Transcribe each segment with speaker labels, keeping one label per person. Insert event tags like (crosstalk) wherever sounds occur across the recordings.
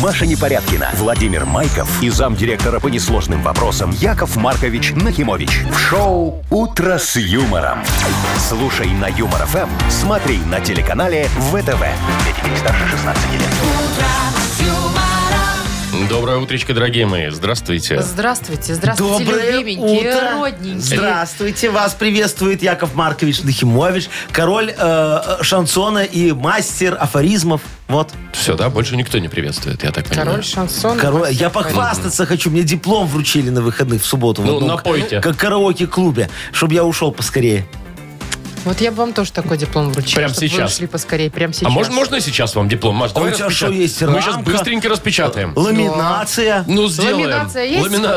Speaker 1: Маша Непорядкина, Владимир Майков и замдиректора по несложным вопросам Яков Маркович Нахимович. В шоу «Утро с юмором». Слушай на Юмор ФМ, смотри на телеканале ВТВ. Для детей старше 16 лет.
Speaker 2: Доброе утречко, дорогие мои. Здравствуйте.
Speaker 3: Здравствуйте, здравствуйте, любименькие, родненькие.
Speaker 4: Здравствуйте, вас приветствует Яков Маркович Нахимович, король э, э, шансона и мастер афоризмов. Вот.
Speaker 2: Все, да? Больше никто не приветствует, я так
Speaker 3: Король
Speaker 2: понимаю.
Speaker 3: шансона.
Speaker 4: Король, я похвастаться хочу, мне диплом вручили на выходных в субботу. в
Speaker 2: Ну,
Speaker 4: одном к-
Speaker 2: напойте.
Speaker 4: Как караоке-клубе, чтобы я ушел поскорее.
Speaker 3: Вот я бы вам тоже такой диплом вручила.
Speaker 2: Прямо
Speaker 3: чтобы
Speaker 2: сейчас.
Speaker 3: Вы ушли поскорее, прямо
Speaker 2: А
Speaker 3: сейчас.
Speaker 2: можно, можно сейчас вам диплом? Маш,
Speaker 4: А у
Speaker 2: давай
Speaker 4: тебя
Speaker 2: распечат-
Speaker 4: что есть,
Speaker 2: Мы сейчас
Speaker 4: рамка?
Speaker 2: быстренько распечатаем.
Speaker 4: Ламинация.
Speaker 2: а Ну, сделаем.
Speaker 3: Ламинация есть?
Speaker 2: Ламина-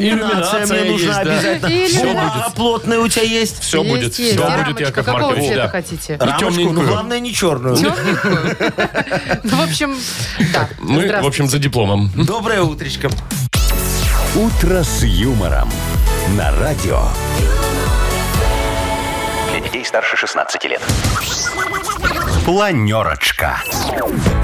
Speaker 2: и-
Speaker 4: Ламинация мне нужна
Speaker 2: есть, да.
Speaker 4: обязательно.
Speaker 3: Или
Speaker 4: Бумага плотная у тебя есть?
Speaker 2: Все
Speaker 3: Есть,
Speaker 2: будет,
Speaker 3: есть.
Speaker 2: все
Speaker 3: И
Speaker 2: будет,
Speaker 3: рамочку.
Speaker 2: Яков
Speaker 3: Какого
Speaker 2: Маркович.
Speaker 3: цвета
Speaker 2: да.
Speaker 3: хотите?
Speaker 2: И
Speaker 4: Рамочку, ну
Speaker 2: темненькую.
Speaker 4: главное не черную.
Speaker 3: Темненькую? Ну, в общем, да.
Speaker 2: Мы, в
Speaker 3: Здравствуйте.
Speaker 2: общем, за дипломом.
Speaker 4: Доброе утречко.
Speaker 1: «Утро с юмором» на радио. Для детей старше 16 лет. Планерочка.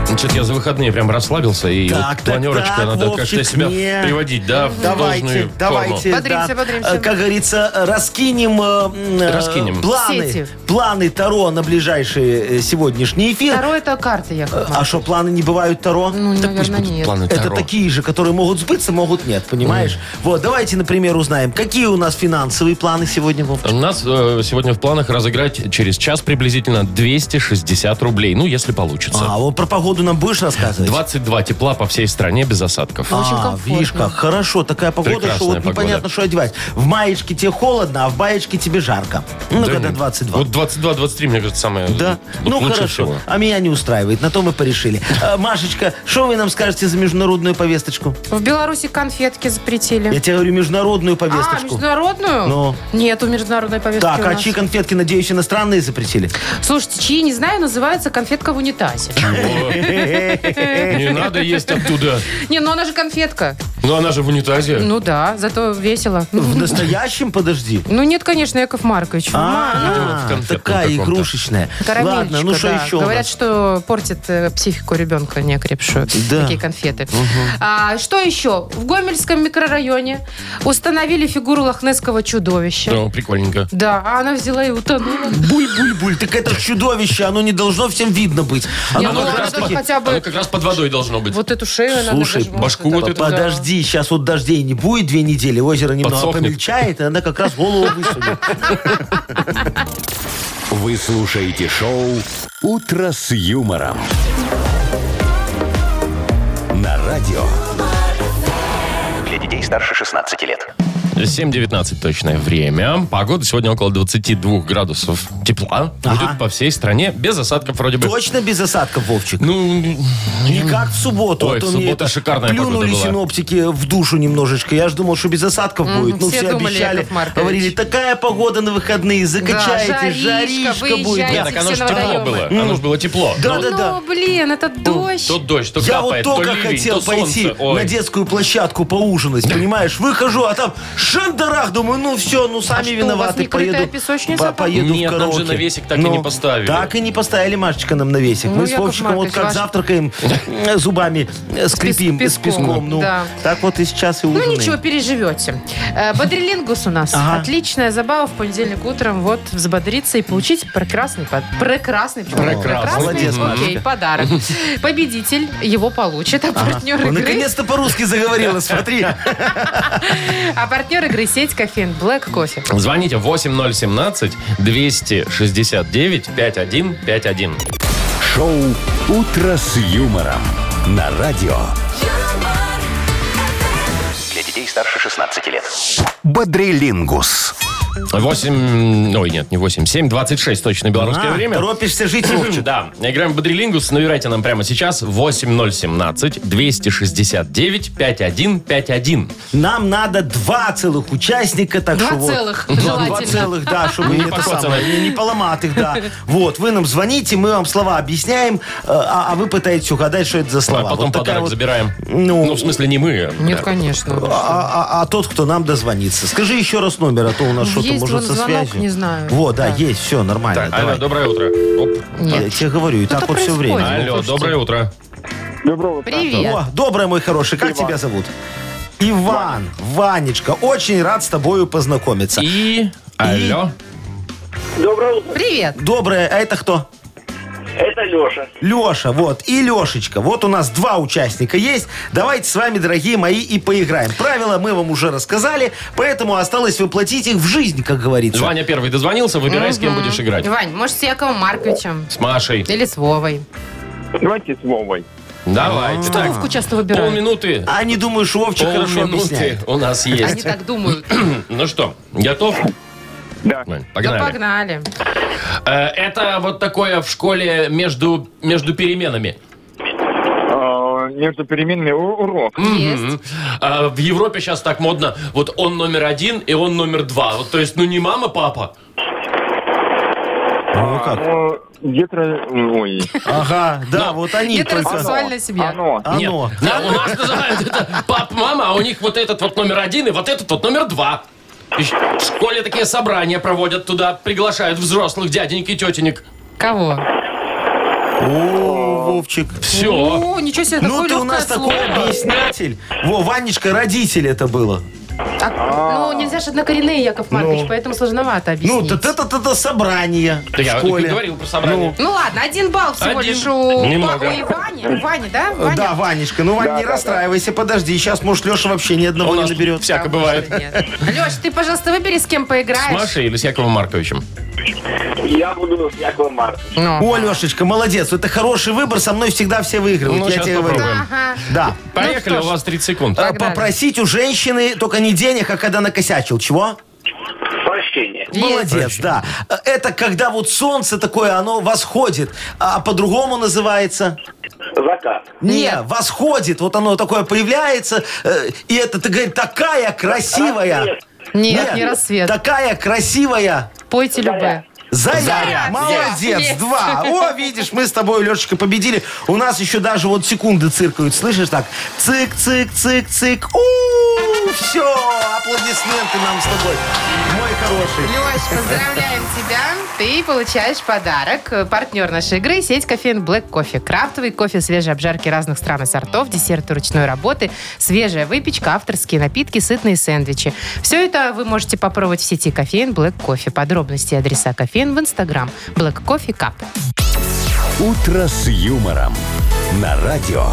Speaker 2: Значит, я за выходные прям расслабился, и
Speaker 4: Так,
Speaker 2: вот
Speaker 4: так,
Speaker 2: планерочка
Speaker 4: так,
Speaker 2: надо как-то
Speaker 4: Вовчик,
Speaker 2: себя
Speaker 4: не.
Speaker 2: приводить, да, в
Speaker 4: Давайте,
Speaker 2: должную форму.
Speaker 4: давайте.
Speaker 3: Бодримся,
Speaker 4: да.
Speaker 3: бодримся.
Speaker 4: Э, Как говорится, э, раскинем, э, э,
Speaker 2: Раскинем.
Speaker 4: планы.
Speaker 3: Сети.
Speaker 4: Планы Таро на ближайший э, сегодняшний эфир.
Speaker 3: Второе это карты, я
Speaker 4: А что, планы не бывают Таро?
Speaker 3: Ну, наверное, нет.
Speaker 2: Планы
Speaker 4: Это
Speaker 2: Таро.
Speaker 4: такие же, которые могут сбыться, могут нет, понимаешь? Вот, давайте, например, узнаем, какие у нас финансовые планы сегодня, Вовчик?
Speaker 2: У нас э, сегодня в планах разыграть через час приблизительно 260 рублей. Ну, если получится.
Speaker 4: А, вот про погоду нам будешь рассказывать?
Speaker 2: 22 тепла по всей стране без осадков.
Speaker 3: Очень
Speaker 4: А,
Speaker 3: комфортно.
Speaker 4: видишь как, хорошо, такая погода, что
Speaker 2: Прекрасная
Speaker 4: вот
Speaker 2: погода.
Speaker 4: непонятно, что одевать. В маечке тебе холодно, а в баечке тебе жарко. Ну,
Speaker 2: Да
Speaker 4: когда
Speaker 2: нет.
Speaker 4: 22.
Speaker 2: Вот 22-23, мне кажется, самое
Speaker 4: Да,
Speaker 2: вот
Speaker 4: ну
Speaker 2: лучше
Speaker 4: хорошо,
Speaker 2: всего.
Speaker 4: а меня не устраивает, на то мы порешили. Э, Машечка, что вы нам скажете за международную повесточку?
Speaker 3: В Беларуси конфетки запретили.
Speaker 4: Я тебе говорю, международную
Speaker 3: А,
Speaker 4: повесточку.
Speaker 3: международную?
Speaker 4: Ну.
Speaker 3: Нету международной повестки
Speaker 4: Так,
Speaker 3: у
Speaker 4: а
Speaker 3: нас.
Speaker 4: чьи конфетки, надеюсь, иностранные запретили?
Speaker 3: Слушайте, чьи, не знаю, называется конфетка в унитазе.
Speaker 2: Не надо есть оттуда.
Speaker 3: Не, ну она же конфетка.
Speaker 2: Ну, она же в унитазе.
Speaker 3: Ну да, зато весело.
Speaker 4: В настоящем, подожди.
Speaker 3: Ну нет, конечно, Яков Маркович.
Speaker 4: А,
Speaker 2: видимо, в конфетном
Speaker 4: такая
Speaker 2: каком-то.
Speaker 4: игрушечная.
Speaker 3: ну. Карамельчика,
Speaker 4: Ладно, ну что
Speaker 3: да.
Speaker 4: еще? у
Speaker 3: Говорят,
Speaker 4: нас?
Speaker 3: что портит э, психику ребенка неокрепшую.
Speaker 4: Да.
Speaker 3: Такие конфеты. А, что еще? В Гомельском микрорайоне установили фигуру лохнесского чудовища.
Speaker 2: О, Прикольненько.
Speaker 3: Да, а она взяла и утонула.
Speaker 4: Буль-буль-буль, так это ж чудовище, оно не должно всем видно быть. А,
Speaker 3: Не,
Speaker 4: Оно
Speaker 3: ну
Speaker 4: как
Speaker 3: ладно,
Speaker 4: раз
Speaker 3: даже
Speaker 4: таки-
Speaker 3: хотя
Speaker 2: Оно
Speaker 3: бы
Speaker 2: как раз под водой должно быть.
Speaker 3: вот эту шею она
Speaker 4: Слушай,
Speaker 3: даже может
Speaker 2: башку вот эту,
Speaker 3: да.
Speaker 4: Подожди, сейчас вот дождей не будет две недели, озеро немного
Speaker 2: Подсохнет.
Speaker 4: помельчает, и она как раз голову
Speaker 2: (laughs)
Speaker 4: высунет.
Speaker 1: Вы слушаете шоу «Утро с юмором». На радио. Для детей старше 16 лет.
Speaker 2: 7.19 точное время. Погода сегодня около 22 градусов тепла. Будет по всей стране без осадков вроде бы.
Speaker 4: Точно без осадков, Вовчик?
Speaker 2: Ну,
Speaker 4: Не как в субботу.
Speaker 2: Ой,
Speaker 4: а то
Speaker 2: в
Speaker 4: мне
Speaker 2: субботу
Speaker 4: это
Speaker 2: шикарная
Speaker 4: Плюнули
Speaker 2: погода была.
Speaker 4: синоптики в душу немножечко. Я же думал, что без осадков будет. Ну,
Speaker 3: все
Speaker 4: все,
Speaker 3: думали,
Speaker 4: обещали.
Speaker 3: Яков Маркович.
Speaker 4: Говорили, такая погода на выходные, закачайте,
Speaker 3: жаришка,
Speaker 4: жаришка будет.
Speaker 3: выезжайте.
Speaker 2: нет, так оно
Speaker 3: все
Speaker 2: же тепло
Speaker 3: водоемы.
Speaker 2: было. Оно же было тепло.
Speaker 4: Да,
Speaker 2: Но
Speaker 4: да, да.
Speaker 3: Ну, блин, это дождь.
Speaker 2: То дождь, то
Speaker 4: Я вот
Speaker 2: капает,
Speaker 4: только
Speaker 2: то ливень,
Speaker 4: хотел
Speaker 2: то
Speaker 4: пойти
Speaker 2: солнце. Ой.
Speaker 4: на детскую площадку поужинать, понимаешь? Выхожу, а там шандарах, думаю, ну все, ну сами
Speaker 3: А что, у вас
Speaker 4: виноваты.
Speaker 3: не крытая
Speaker 4: поеду,
Speaker 3: песочница там?
Speaker 4: поеду
Speaker 2: Нет,
Speaker 4: в
Speaker 2: нам же
Speaker 4: караоке. Ну,
Speaker 2: навесик так и не поставили.
Speaker 4: Так и не поставили, Машечка, нам навесик.
Speaker 3: Ну,
Speaker 4: Мы с
Speaker 3: Яков
Speaker 4: Вовчиком вот
Speaker 3: Маркович,
Speaker 4: как
Speaker 3: ваш-
Speaker 4: завтракаем, э, зубами э, скрипим
Speaker 3: пес-
Speaker 4: с песком. Ну,
Speaker 3: да.
Speaker 4: так вот и сейчас и
Speaker 3: Ну
Speaker 4: ужинаем.
Speaker 3: ничего, переживете. Э, Бодрилингус у нас.
Speaker 4: Ага.
Speaker 3: Отличная забава в понедельник утром. Вот взбодриться и получить прекрасный, под- прекрасный, почему
Speaker 2: Прекрасный.
Speaker 4: Молодец,
Speaker 3: окей,
Speaker 4: Машечка.
Speaker 3: подарок.
Speaker 4: (laughs)
Speaker 3: Победитель его получит, а партнер
Speaker 4: Ой,
Speaker 3: игры...
Speaker 4: Ну, Наконец-то по-русски заговорила, смотри.
Speaker 3: А партнер игры сеть кофеин Black Кофе.
Speaker 2: Звоните 8017-269-5151.
Speaker 1: Шоу «Утро с юмором» на радио.
Speaker 5: юмор,
Speaker 6: Для детей старше 16 лет.
Speaker 1: Бодрилингус.
Speaker 2: 8, ой, нет, не 8, 7, 26 точно белорусское
Speaker 4: А,
Speaker 2: время.
Speaker 4: Торопишься жить, Вовчик.
Speaker 2: Да, играем в Бодрилингус, набирайте нам прямо сейчас 8017-269-5151.
Speaker 4: Нам надо два целых участника, так
Speaker 3: Два
Speaker 4: что вот.
Speaker 3: целых,
Speaker 4: Да, Два
Speaker 3: желательно.
Speaker 4: целых, да, чтобы
Speaker 2: Не
Speaker 4: это
Speaker 2: покоцанных.
Speaker 4: самое, не- не
Speaker 3: (laughs)
Speaker 4: поломатых, да. Вот, вы нам звоните, мы вам слова объясняем, э, а а вы пытаетесь угадать, что это за
Speaker 2: А
Speaker 4: слова.
Speaker 2: потом
Speaker 4: Вот такая
Speaker 2: подарок
Speaker 4: вот-
Speaker 2: забираем.
Speaker 4: Ну,
Speaker 2: Ну, в смысле, не мы.
Speaker 3: Нет,
Speaker 2: Да.
Speaker 3: конечно.
Speaker 4: А, а- а тот, кто нам дозвонится. Скажи еще раз номер, а то у нас
Speaker 3: Ну,
Speaker 4: что-то
Speaker 3: есть
Speaker 4: может
Speaker 3: вон
Speaker 4: со
Speaker 3: звонок,
Speaker 4: связью.
Speaker 3: не знаю.
Speaker 4: Вот, да,
Speaker 3: Так.
Speaker 4: есть, все, нормально.
Speaker 2: Так, алло,
Speaker 4: давай.
Speaker 2: доброе
Speaker 4: Ну,
Speaker 2: утро. Оп.
Speaker 4: Я тебе говорю, и
Speaker 3: Что-то
Speaker 4: так вот все
Speaker 3: происходит.
Speaker 4: время.
Speaker 2: Алло,
Speaker 3: слушайте.
Speaker 2: доброе утро.
Speaker 5: Доброго.
Speaker 3: Привет.
Speaker 4: О, доброе, мой хороший. Как тебя зовут? Иван, Ванечка, очень рад с тобою познакомиться.
Speaker 2: И... Алло.
Speaker 5: Доброе утро.
Speaker 3: Привет.
Speaker 4: Доброе, а это кто?
Speaker 5: Это Леша.
Speaker 4: Леша, вот, и Лешечка. Вот у нас два участника есть. Давайте с вами, дорогие мои, и поиграем. Правила мы вам уже рассказали, поэтому осталось воплотить их в жизнь, как говорится.
Speaker 2: Ваня первый дозвонился, выбирай, с кем будешь играть.
Speaker 3: Вань, может, с Яковом Марковичем?
Speaker 2: С Машей.
Speaker 3: Или с Вовой.
Speaker 5: Давайте с Вовой.
Speaker 2: Давайте.
Speaker 3: Что Вовку часто выбирают?
Speaker 2: Полминуты.
Speaker 4: А не думаю, что Вовчик хорошо объясняет.
Speaker 2: Полминуты у нас
Speaker 3: Они
Speaker 2: есть.
Speaker 3: так думают.
Speaker 2: (clears throat) Ну что, готов?
Speaker 5: Да.
Speaker 2: Вань,
Speaker 3: Ну,
Speaker 2: Погнали.
Speaker 3: погнали.
Speaker 2: Э, Это вот такое в школе между, между переменами.
Speaker 5: А, между переменами у- урок.
Speaker 3: Есть.
Speaker 2: Мгм. А в Европе сейчас так модно. Вот он номер один и он номер два. Вот, то есть, ну не мама, папа.
Speaker 4: Ну как?
Speaker 5: Ну, гетро... Ой. А,
Speaker 4: Ага, да, вот они только. А ну.
Speaker 3: Гетеросексуальная семья.
Speaker 5: Оно.
Speaker 4: Оно.
Speaker 2: Нет. Да, у нас называют это пап, мама, а у них вот этот вот номер один и вот этот вот номер два. Ещё В школе такие собрания проводят туда, приглашают взрослых дяденек и тетенек.
Speaker 3: Кого?
Speaker 4: О, Вовчик.
Speaker 2: Все.
Speaker 3: О, ничего себе,
Speaker 4: Ну
Speaker 3: такое
Speaker 4: ты у нас
Speaker 3: легкое слово.
Speaker 4: такой объяснятель. Во, Ванечка, родитель это было.
Speaker 3: Так, Ну, нельзя же однокоренные, Яков Маркович, поэтому сложновато
Speaker 4: А. Ну,
Speaker 3: объяснить.
Speaker 4: это собрание в
Speaker 2: Да я
Speaker 4: школе.
Speaker 2: говорил про собрание.
Speaker 3: Ну ладно, один балл всего
Speaker 2: Один.
Speaker 3: лишь у,
Speaker 2: Немного.
Speaker 3: у Ивани. У Вани, да? Ваня?
Speaker 4: Да, Ванечка, ну, Вань, не расстраивайся, подожди. Сейчас, может, Леша вообще ни одного
Speaker 2: у
Speaker 4: Ну, не
Speaker 2: нас
Speaker 4: наберет.
Speaker 2: всяко
Speaker 3: Там
Speaker 2: бывает.
Speaker 3: уже нет. Леш, ты, пожалуйста, выбери, с кем
Speaker 2: С
Speaker 3: поиграешь.
Speaker 2: Машей или с Яковом Марковичем?
Speaker 4: Ну,
Speaker 5: Я буду с Яковом Марковичем.
Speaker 3: Ну.
Speaker 4: О, Лешечка, молодец. Это хороший выбор. Со мной всегда все выигрывают.
Speaker 2: Ну,
Speaker 4: я
Speaker 2: щас
Speaker 4: тебе говорю.
Speaker 2: попробуем.
Speaker 3: Ага.
Speaker 4: Да.
Speaker 2: Поехали,
Speaker 3: что ж.
Speaker 2: у вас 30 секунд.
Speaker 4: А,
Speaker 3: Погнали.
Speaker 4: Попросить у женщины только не денег, а когда накосячил. Чего?
Speaker 5: Прощение.
Speaker 4: Молодец, да. Э, Это когда вот солнце такое, оно восходит. А по-другому называется?
Speaker 5: Закат.
Speaker 4: Не, восходит. Вот оно такое появляется. э, И это, ты говоришь, такая красивая.
Speaker 3: Нет, не рассвет.
Speaker 4: Такая красивая.
Speaker 3: Пойте любэ.
Speaker 4: Заря.
Speaker 3: Заря.
Speaker 4: Молодец,
Speaker 3: Есть.
Speaker 4: два. О, видишь, мы с тобой, Лешечка, победили. У нас еще даже вот секунды циркают. Слышишь так? Цик, цик, цик, цик. У, все, аплодисменты нам с тобой. Мой хороший.
Speaker 3: Леш, Ну, поздравляем тебя. Ты получаешь подарок. Э, Партнер нашей игры – сеть кофеин Black Кофе. Крафтовый кофе, свежие обжарки разных стран и сортов, десерты ручной работы, свежая выпечка, авторские напитки, сытные сэндвичи. Все это вы можете попробовать в сети кофеин Black Кофе. Подробности и адреса кофеин в Инстаграм. Black Кофе Cup.
Speaker 1: «Утро с юмором» на радио.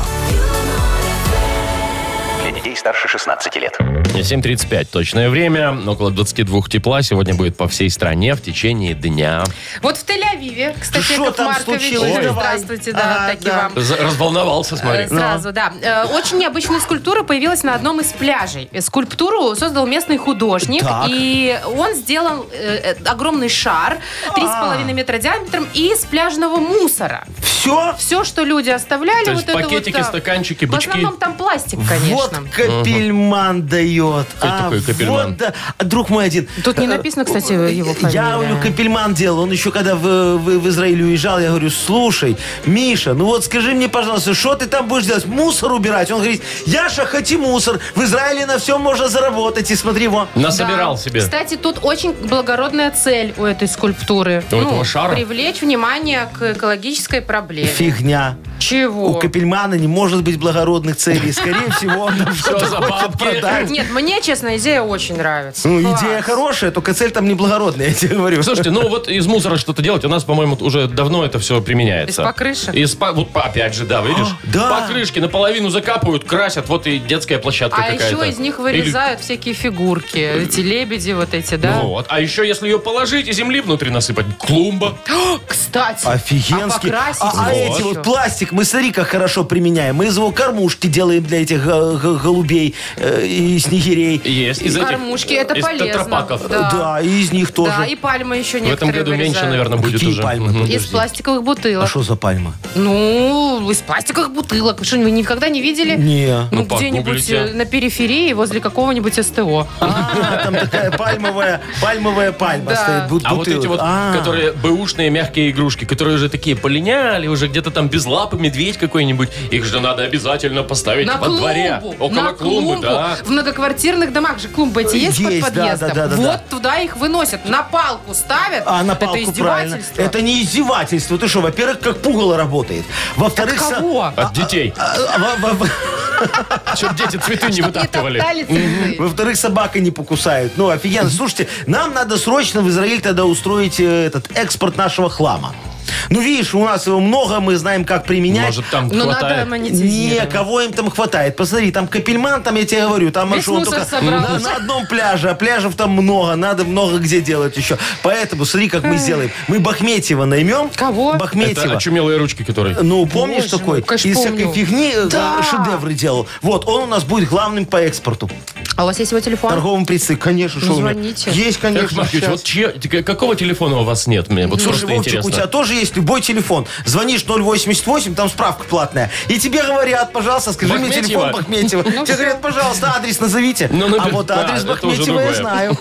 Speaker 6: Для детей старше 16 лет.
Speaker 2: 7.35 точное время, около 22 тепла. Сегодня будет по всей стране в течение дня.
Speaker 3: Вот в Тель-Авиве, кстати,
Speaker 4: Что
Speaker 3: Яков
Speaker 4: там
Speaker 3: Маркович.
Speaker 4: случилось?
Speaker 3: Ой.
Speaker 4: Давай.
Speaker 3: Здравствуйте, да,
Speaker 4: Ага,
Speaker 3: такие
Speaker 4: да.
Speaker 3: вам.
Speaker 2: З- Разволновался, смотри.
Speaker 3: Э, Сразу, да. Э, Очень необычная скульптура появилась на одном из пляжей. Э, Скульптуру создал местный художник.
Speaker 4: Так.
Speaker 3: И он сделал э, э, огромный шар,
Speaker 2: А.
Speaker 3: 3,5 метра диаметром, из пляжного мусора.
Speaker 4: Все?
Speaker 3: Все, что люди оставляли,
Speaker 2: То
Speaker 3: вот
Speaker 2: есть
Speaker 3: это вот,
Speaker 2: пакетики,
Speaker 3: да.
Speaker 2: стаканчики,
Speaker 3: В
Speaker 2: бычки.
Speaker 3: основном там пластик, конечно.
Speaker 4: Вот капельман дает.
Speaker 2: Кто такой Капельман?
Speaker 4: Вот да. А, Друг мой один.
Speaker 3: Тут не написано, кстати, э, его
Speaker 4: Я у
Speaker 3: фамилия.
Speaker 4: него капельман делал. Он еще когда в, в- в Израиль уезжал, я говорю, слушай, Миша, ну вот скажи мне, пожалуйста, что ты там будешь делать? Мусор убирать? Он говорит, Яша, хоти мусор. В Израиле на всем можно заработать. И смотри, во.
Speaker 2: Насобирал
Speaker 3: Да.
Speaker 2: себе.
Speaker 3: Кстати, тут очень благородная цель у этой скульптуры. Ну,
Speaker 2: У этого шара?
Speaker 3: Привлечь внимание к экологической проблеме.
Speaker 4: Фигня.
Speaker 3: Чего?
Speaker 4: У Капельмана не может быть благородных целей. Скорее всего, он там что-то
Speaker 2: за
Speaker 4: хочет
Speaker 2: бабки?
Speaker 4: продать.
Speaker 3: Нет, мне, честно, идея очень нравится.
Speaker 4: Ну,
Speaker 3: Класс.
Speaker 4: идея хорошая, только цель там неблагородная, я тебе говорю.
Speaker 2: Слушайте, ну вот из мусора что-то делать, у нас, по-моему, уже давно это все применяется.
Speaker 3: Из покрышек?
Speaker 2: Из по- вот по- опять же, да, видишь?
Speaker 4: (gasps) да.
Speaker 2: Покрышки наполовину закапывают, красят, вот и детская площадка
Speaker 3: А
Speaker 2: какая-то.
Speaker 3: еще из них
Speaker 2: Или- Э,
Speaker 3: вырезают всякие фигурки. Эти лебеди вот эти, да?
Speaker 2: Вот. А еще, если ее положить и земли внутри насыпать, клумба.
Speaker 3: Кстати.
Speaker 4: Офигенский.
Speaker 3: А покрасить
Speaker 4: А, а
Speaker 3: его
Speaker 4: эти
Speaker 3: еще?
Speaker 4: вот пластик мы смотри, как хорошо применяем. Мы из его кормушки делаем для этих э, г- голубей э, и снегирей.
Speaker 2: Есть. Из этих-
Speaker 3: Кормушки, это
Speaker 2: из
Speaker 3: полезно.
Speaker 2: тетрапаков.
Speaker 3: Да.
Speaker 4: Да, и из них тоже.
Speaker 3: Да, и пальмы еще
Speaker 2: В этом
Speaker 3: некоторые
Speaker 2: году меньше,
Speaker 3: вырезают.
Speaker 2: наверное, будет
Speaker 4: Какие
Speaker 2: уже.
Speaker 4: пальмы?
Speaker 2: Мгм.
Speaker 3: Из
Speaker 4: Подожди.
Speaker 3: пластиковых бутылок.
Speaker 4: А что за пальма?
Speaker 3: Ну, из пластиковых бутылок. Что, вы никогда не видели?
Speaker 4: Не.
Speaker 2: Ну,
Speaker 3: Ну, где-нибудь
Speaker 2: погуглите.
Speaker 3: э, на периферии возле какого-нибудь СТО.
Speaker 4: А, (laughs) там такая пальмовая, пальмовая пальма
Speaker 3: Да.
Speaker 4: стоит. бут-
Speaker 2: А вот эти вот,
Speaker 4: бутылок. А.
Speaker 2: которые бэушные мягкие игрушки, которые уже такие полиняли, уже где-то там без лапы медведь какой-нибудь. Их же надо обязательно поставить
Speaker 3: На
Speaker 2: во
Speaker 3: клумбу.
Speaker 2: дворе. Около
Speaker 3: на
Speaker 2: клумбы,
Speaker 3: клумбу.
Speaker 2: да.
Speaker 3: В многоквартирных домах же клумбы эти есть,
Speaker 4: Есть,
Speaker 3: под
Speaker 4: да,
Speaker 3: подъездом.
Speaker 4: да, да, да,
Speaker 3: вот
Speaker 4: да.
Speaker 3: туда их выносят. На палку ставят.
Speaker 4: А на палку
Speaker 3: Это
Speaker 4: правильно.
Speaker 3: издевательство.
Speaker 4: Это не издевательство. Ты что, во-первых, как пугало работает. Во-вторых, со-
Speaker 3: Кого?
Speaker 2: От детей.
Speaker 4: а, а, во- во-
Speaker 2: Чтоб дети цветы не
Speaker 3: а, Чтоб не
Speaker 2: вытаптывали.
Speaker 3: топтали цветы.
Speaker 4: Во-вторых, собака не покусает. Ну, офигенно. Слушайте, нам надо срочно в Израиль тогда устроить э, этот экспорт нашего хлама. Ну, видишь, у нас его много, мы знаем, как применять.
Speaker 2: Может, там
Speaker 3: Ну, надо
Speaker 2: хватает.
Speaker 4: Не,
Speaker 3: монетизировать.
Speaker 4: кого им там хватает? Посмотри, там Капельман, там я тебе говорю, там
Speaker 3: Весь
Speaker 4: а что, он
Speaker 3: мусор
Speaker 4: только
Speaker 3: собрал.
Speaker 4: на, на одном пляже, а пляжев там много, надо много где делать еще. Поэтому смотри, как мы сделаем. Мы Бахметьева наймем.
Speaker 3: Кого?
Speaker 2: Это
Speaker 4: Бахметьева.
Speaker 2: очумелые ручки, которые...
Speaker 4: Ну, помнишь
Speaker 3: Боже
Speaker 4: такой?
Speaker 3: мой, конечно,
Speaker 4: Из всякой
Speaker 3: помню.
Speaker 4: фигни э,
Speaker 3: Да.
Speaker 4: шедевры делал. Вот, он у нас будет главным по экспорту.
Speaker 3: А у вас есть его телефон?
Speaker 4: Торговым представителем. Конечно, что у меня.
Speaker 3: Звоните.
Speaker 4: Есть,
Speaker 2: Яков
Speaker 4: конечно.
Speaker 2: Маркович,
Speaker 4: щас.
Speaker 2: вот чье- к- какого телефона у вас нет? Мне
Speaker 3: Ну,
Speaker 2: вот
Speaker 4: Слушай,
Speaker 2: просто
Speaker 4: Вовчик, у тебя
Speaker 2: интересно.
Speaker 4: тоже есть любой телефон. Звонишь 088, там справка платная. И тебе говорят, пожалуйста, скажи мне
Speaker 2: Бахметьева.
Speaker 4: телефон Бахметьева.
Speaker 3: Ну,
Speaker 4: Тебе говорят, пожалуйста, адрес назовите.
Speaker 2: Ну, ну,
Speaker 4: а вот
Speaker 2: да,
Speaker 4: адрес
Speaker 2: это уже
Speaker 4: Бахметьева я
Speaker 2: другое.
Speaker 4: знаю.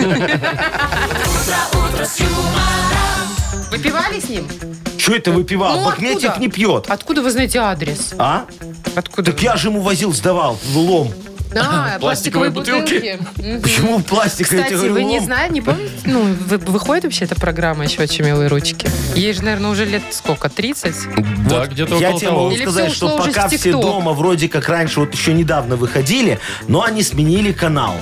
Speaker 2: (laughs)
Speaker 3: Выпивали с ним?
Speaker 4: Что это выпивал?
Speaker 3: Ну,
Speaker 4: Бахметьев
Speaker 3: откуда?
Speaker 4: А, не пьет.
Speaker 3: Откуда вы знаете адрес?
Speaker 4: А?
Speaker 3: Откуда?
Speaker 4: Так я же ему возил, сдавал в лом.
Speaker 3: А,
Speaker 2: Пластиковые
Speaker 3: пластиковые
Speaker 2: бутылки.
Speaker 3: бутылки. Мгм.
Speaker 4: Почему пластик? я
Speaker 3: Кстати,
Speaker 4: тебе говорю,
Speaker 3: вы не
Speaker 4: лом.
Speaker 3: знаете, не помните? Ну, вы- выходит вообще эта программа еще «Очумелые ручки»? Ей же, наверное, уже лет сколько, 30?
Speaker 2: Да, где-то
Speaker 4: Я
Speaker 2: около
Speaker 4: тебе
Speaker 2: того.
Speaker 4: могу
Speaker 3: Или всё
Speaker 4: сказать,
Speaker 3: ушло
Speaker 4: что
Speaker 3: уже
Speaker 4: пока
Speaker 3: в
Speaker 4: все
Speaker 3: TikTok?
Speaker 4: дома вроде как раньше вот еще недавно выходили, но они сменили канал.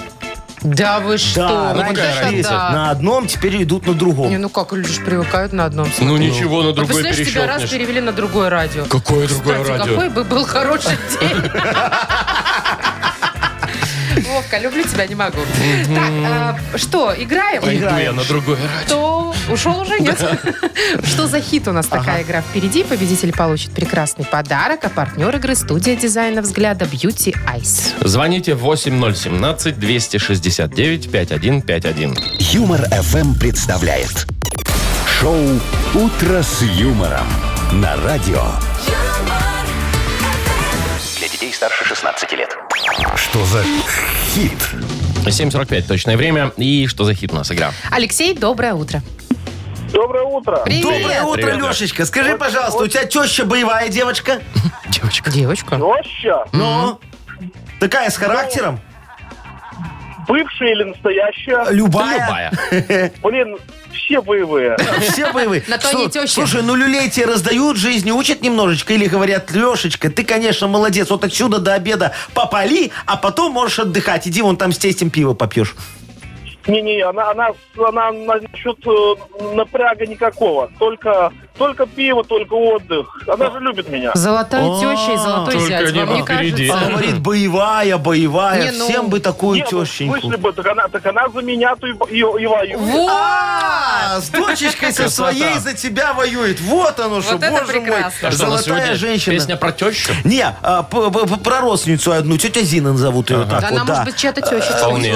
Speaker 3: Да вы что?
Speaker 4: Да, Ну,
Speaker 3: вот
Speaker 4: раньше
Speaker 3: это
Speaker 4: шли
Speaker 3: да.
Speaker 4: на одном, теперь идут на
Speaker 3: Не,
Speaker 4: другом.
Speaker 3: ну как, люди же привыкают на одном
Speaker 2: Ну
Speaker 3: смотреть.
Speaker 2: ничего, на
Speaker 3: А
Speaker 2: другой
Speaker 3: представляешь, тебя раз
Speaker 2: перещелкнешь.
Speaker 3: перевели на другое радио.
Speaker 2: Какое другое
Speaker 3: Кстати,
Speaker 2: радио?
Speaker 3: какой бы был хороший день. Вовка, люблю тебя, не могу. Так, а, что, играем?
Speaker 2: Пойду я на другое радио.
Speaker 3: Что? Ушел уже? Нет? Что за хит у нас такая игра впереди? Победитель получит прекрасный подарок, а партнер игры студия дизайна взгляда Beauty Eyes.
Speaker 2: Звоните 8017-269-5151.
Speaker 1: Юмор FM представляет шоу Утро с юмором на радио.
Speaker 6: Для детей старше 16 лет.
Speaker 1: Что за хит?
Speaker 2: 7.45 точное время. И что за хит у нас игра?
Speaker 3: Алексей, доброе утро.
Speaker 5: Доброе утро.
Speaker 3: Привет.
Speaker 4: Доброе утро,
Speaker 2: привет, да.
Speaker 4: Лешечка. Скажи, пожалуйста, у тебя теща боевая девочка?
Speaker 2: Девочка.
Speaker 3: Девочка.
Speaker 2: Ну.
Speaker 5: а Роща,
Speaker 4: Ну? Такая с характером?
Speaker 5: бывшая или
Speaker 3: Ну,
Speaker 5: настоящая?
Speaker 4: Любая.
Speaker 2: Любая.
Speaker 5: Блин, все боевые.
Speaker 4: Все боевые.
Speaker 3: На то они
Speaker 4: Слу-
Speaker 3: тещи.
Speaker 4: Слушай, ну люлей тебе раздают, жизни учат немножечко. Или говорят, Лешечка, ты, конечно, молодец. Вот отсюда до обеда попали, а потом можешь отдыхать. Иди вон там с тестем пиво попьешь.
Speaker 5: Не-не, она, она, она насчет э, напряга никакого. Только, только пиво, только отдых. Она же любит меня.
Speaker 3: Золотая
Speaker 4: А,
Speaker 3: теща и золотой
Speaker 2: только
Speaker 3: зять.
Speaker 2: небо
Speaker 3: Вам не
Speaker 2: впереди.
Speaker 4: А
Speaker 3: кажется?
Speaker 4: говорит, боевая, боевая.
Speaker 3: Не, ну.
Speaker 4: Всем бы такую
Speaker 5: Не, ну,
Speaker 4: тещеньку.
Speaker 5: Слышали бы, так она, так она за меня, то и, бо- и, и воюет.
Speaker 4: А, с дочечкой со
Speaker 2: Красота.
Speaker 4: своей за тебя воюет. Вот оно что,
Speaker 3: Вот это
Speaker 4: боже
Speaker 3: прекрасно.
Speaker 4: мой.
Speaker 2: А что у нас
Speaker 4: Золотая
Speaker 2: сегодня?
Speaker 4: женщина.
Speaker 2: Песня про тещу?
Speaker 4: Не, а, п- п- п- про родственницу одну, тетя Зина зовут ее
Speaker 3: Да
Speaker 4: так вот, Э,
Speaker 3: Она, может быть, чья-то теща.
Speaker 2: Вполне.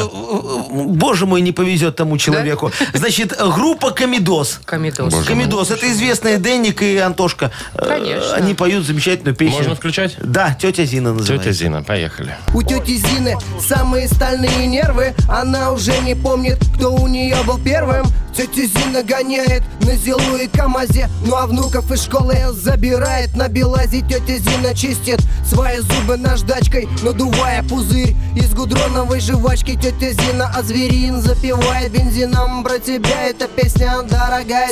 Speaker 4: Боже мой, не повезет тому человеку. Значит, группа Комедос.
Speaker 3: Комедос.
Speaker 4: Комедос. Это известные Денник и Антошка. Э,
Speaker 3: Конечно.
Speaker 4: Они поют замечательную песню.
Speaker 2: Можно включать?
Speaker 4: Да, тетя Зина
Speaker 2: Тетя
Speaker 4: называется.
Speaker 2: Зина, поехали.
Speaker 7: У тети Зины самые стальные нервы Она уже не помнит, кто у нее был первым Тетя Зина гоняет на Зилу и КамАЗе Ну а внуков из школы забирает на Белазе Тетя Зина чистит свои зубы наждачкой Надувая пузырь из гудроновой жвачки Тетя Зина азверин запивает бензином Про тебя эта песня дорогая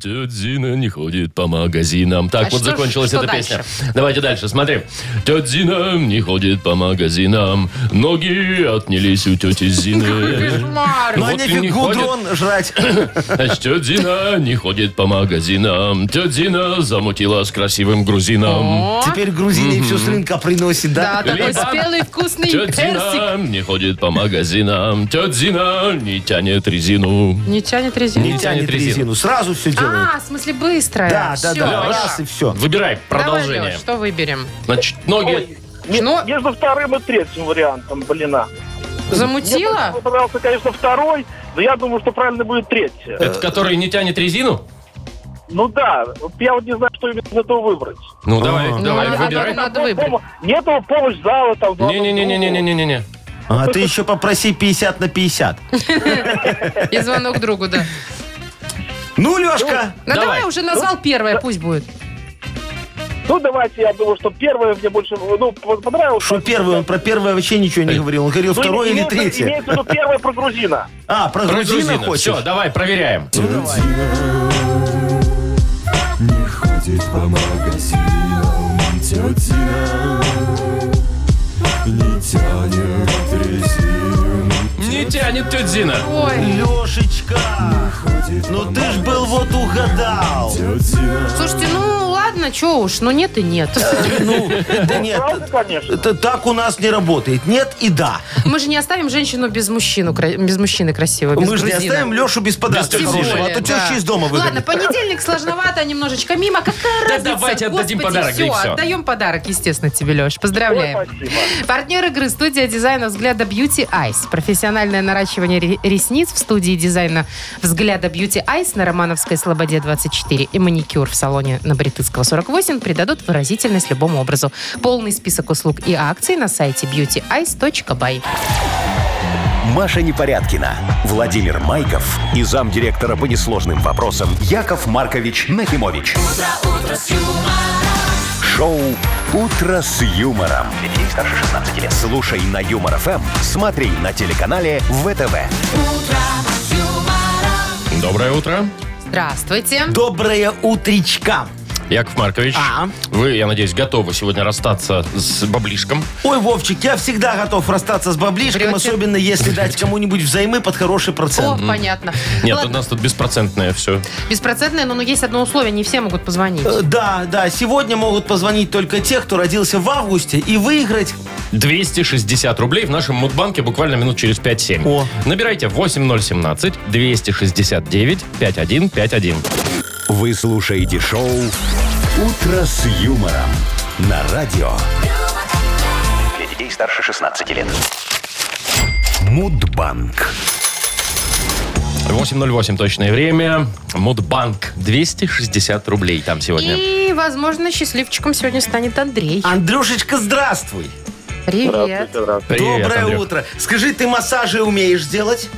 Speaker 2: Тетя Зина не ходит по магазинам. Так,
Speaker 3: А
Speaker 2: вот
Speaker 3: что ж-
Speaker 2: закончилась
Speaker 3: что
Speaker 2: эта
Speaker 3: дальше?
Speaker 2: песня. Давайте дальше, смотри. Тетя Зина не ходит по магазинам. Ноги отнялись у тети Зины.
Speaker 3: Кошмар.
Speaker 4: Ну, а
Speaker 2: Вот и не
Speaker 4: нефиг
Speaker 2: ходит.
Speaker 4: гудрон жрать.
Speaker 2: Значит, тетя Зина не ходит по магазинам. Тетя Зина замутила с красивым грузином.
Speaker 4: Теперь грузин ей все с рынка приносит,
Speaker 3: Да,
Speaker 4: да?
Speaker 3: такой
Speaker 2: Либо-
Speaker 3: спелый, вкусный
Speaker 2: Тетя
Speaker 3: персик.
Speaker 2: Зина не ходит по магазинам. Тетя Зина не тянет резину.
Speaker 3: Не тянет резину.
Speaker 4: Не тянет
Speaker 2: тянет резину.
Speaker 4: резину. Сразу все делает.
Speaker 3: А, в смысле быстрая.
Speaker 4: Да, да,
Speaker 3: Э, Всё,
Speaker 4: да.
Speaker 3: Лёш,
Speaker 4: Раз и все.
Speaker 2: Выбирай
Speaker 3: Давай,
Speaker 2: продолжение.
Speaker 3: Лёш, что выберем?
Speaker 2: Значит, ноги...
Speaker 5: Ме-
Speaker 3: Ну-
Speaker 5: Между вторым и третьим вариантом, блина. Мне
Speaker 3: Замутила?
Speaker 5: больше понравился, конечно, второй, но я думаю, что правильно будет третье.
Speaker 2: Это который не тянет резину?
Speaker 5: Ну да, вот я вот не знаю, что именно из этого выбрать.
Speaker 2: Ну, давай,
Speaker 4: Ну,
Speaker 2: давай,
Speaker 3: надо-
Speaker 2: выбирай.
Speaker 3: надо-
Speaker 5: Там
Speaker 3: выбрать.
Speaker 5: помо- Нету помощь зала там. ну,
Speaker 2: Не-не-не-не-не-не-не-не.
Speaker 4: А ты еще попроси 50 на 50.
Speaker 3: И звонок другу, да.
Speaker 4: Ну, Лешка,
Speaker 3: Ну, давай.
Speaker 2: Давай.
Speaker 3: уже назвал первое, пусть будет.
Speaker 5: Ну, давайте, я думаю, что первое мне больше, ну, по- понравилось.
Speaker 4: что первое, он про первое вообще ничего не говорил. Он говорил
Speaker 5: Ну,
Speaker 4: второе или
Speaker 5: имеется-
Speaker 4: третье.
Speaker 5: Имеется в виду первое про грузина.
Speaker 4: А, про грузина хочешь?
Speaker 2: Все, давай, проверяем.
Speaker 8: ходит по магазинам тетина, не тянет резину,
Speaker 2: Не тянет тетя Зина.
Speaker 3: Ой,
Speaker 4: Лешечка, ну ты ж был вот угадал.
Speaker 8: тетина,
Speaker 3: слушайте, ну ладно, что уж, ну нет и нет.
Speaker 4: Ну, да нет,
Speaker 5: Правда, конечно.
Speaker 4: это так у нас не работает. Нет и да.
Speaker 3: Мы же не оставим женщину без мужчину, кра- без мужчины красивого, без
Speaker 4: Мы же не
Speaker 3: грузина.
Speaker 4: оставим Лешу без подарка
Speaker 2: Без
Speaker 3: Тем
Speaker 4: хорошего, а
Speaker 3: более,
Speaker 4: то
Speaker 3: да.
Speaker 4: теща из дома
Speaker 3: Ладно,
Speaker 4: выгонит.
Speaker 3: понедельник сложновато немножечко мимо. Какая
Speaker 2: Да
Speaker 3: разница?
Speaker 2: давайте отдадим подарок, да и
Speaker 3: все,
Speaker 2: всё.
Speaker 3: отдаем подарок, естественно, тебе, Леш. Поздравляем.
Speaker 5: Ой, спасибо.
Speaker 3: Партнер игры студия дизайна взгляда Beauty Eyes. Профессиональное наращивание ре- ресниц в студии дизайна взгляда Beauty Eyes на Романовской Слободе 24 и маникюр в салоне на Бритыцкого 48 придадут выразительность любому образу. Полный список услуг и акций на сайте beautyeyes.by.
Speaker 1: Маша Непорядкина, Владимир Майков и замдиректора по несложным вопросам Яков Маркович Нахимович. Шоу Утро с юмором. Для детей старше 16 лет. Слушай на юмор ФМ, смотри на телеканале ВТВ.
Speaker 2: Доброе утро.
Speaker 3: Здравствуйте.
Speaker 4: Доброе утречка.
Speaker 2: Яков Маркович,
Speaker 4: А.
Speaker 2: вы, я надеюсь, готовы сегодня расстаться с баблишком.
Speaker 4: Ой, Вовчик, я всегда готов расстаться с баблишком,
Speaker 3: Врете.
Speaker 4: особенно если дать кому-нибудь взаймы под хороший
Speaker 3: О,
Speaker 4: процент.
Speaker 3: понятно.
Speaker 2: Нет, ну
Speaker 3: Ладно.
Speaker 2: у нас тут беспроцентное все.
Speaker 3: Беспроцентное, но, но есть одно условие, не все могут позвонить.
Speaker 4: Э, Да, да, сегодня могут позвонить только те, кто родился в августе, и выиграть
Speaker 2: 260 рублей в нашем мудбанке буквально минут через 5-7.
Speaker 4: О.
Speaker 2: Набирайте 8017-269-5151.
Speaker 1: Вы слушаете шоу Утро с юмором на радио
Speaker 6: Для детей старше 16 лет.
Speaker 1: Мудбанк.
Speaker 2: 8.08 точное время. Мудбанк. 260 рублей там сегодня.
Speaker 3: И, возможно, счастливчиком сегодня станет Андрей.
Speaker 4: Андрюшечка, здравствуй.
Speaker 3: Привет.
Speaker 5: Здравствуйте, здравствуйте.
Speaker 2: Привет,
Speaker 4: Доброе
Speaker 2: Андрюх.
Speaker 4: утро. Скажи, ты массажи умеешь делать?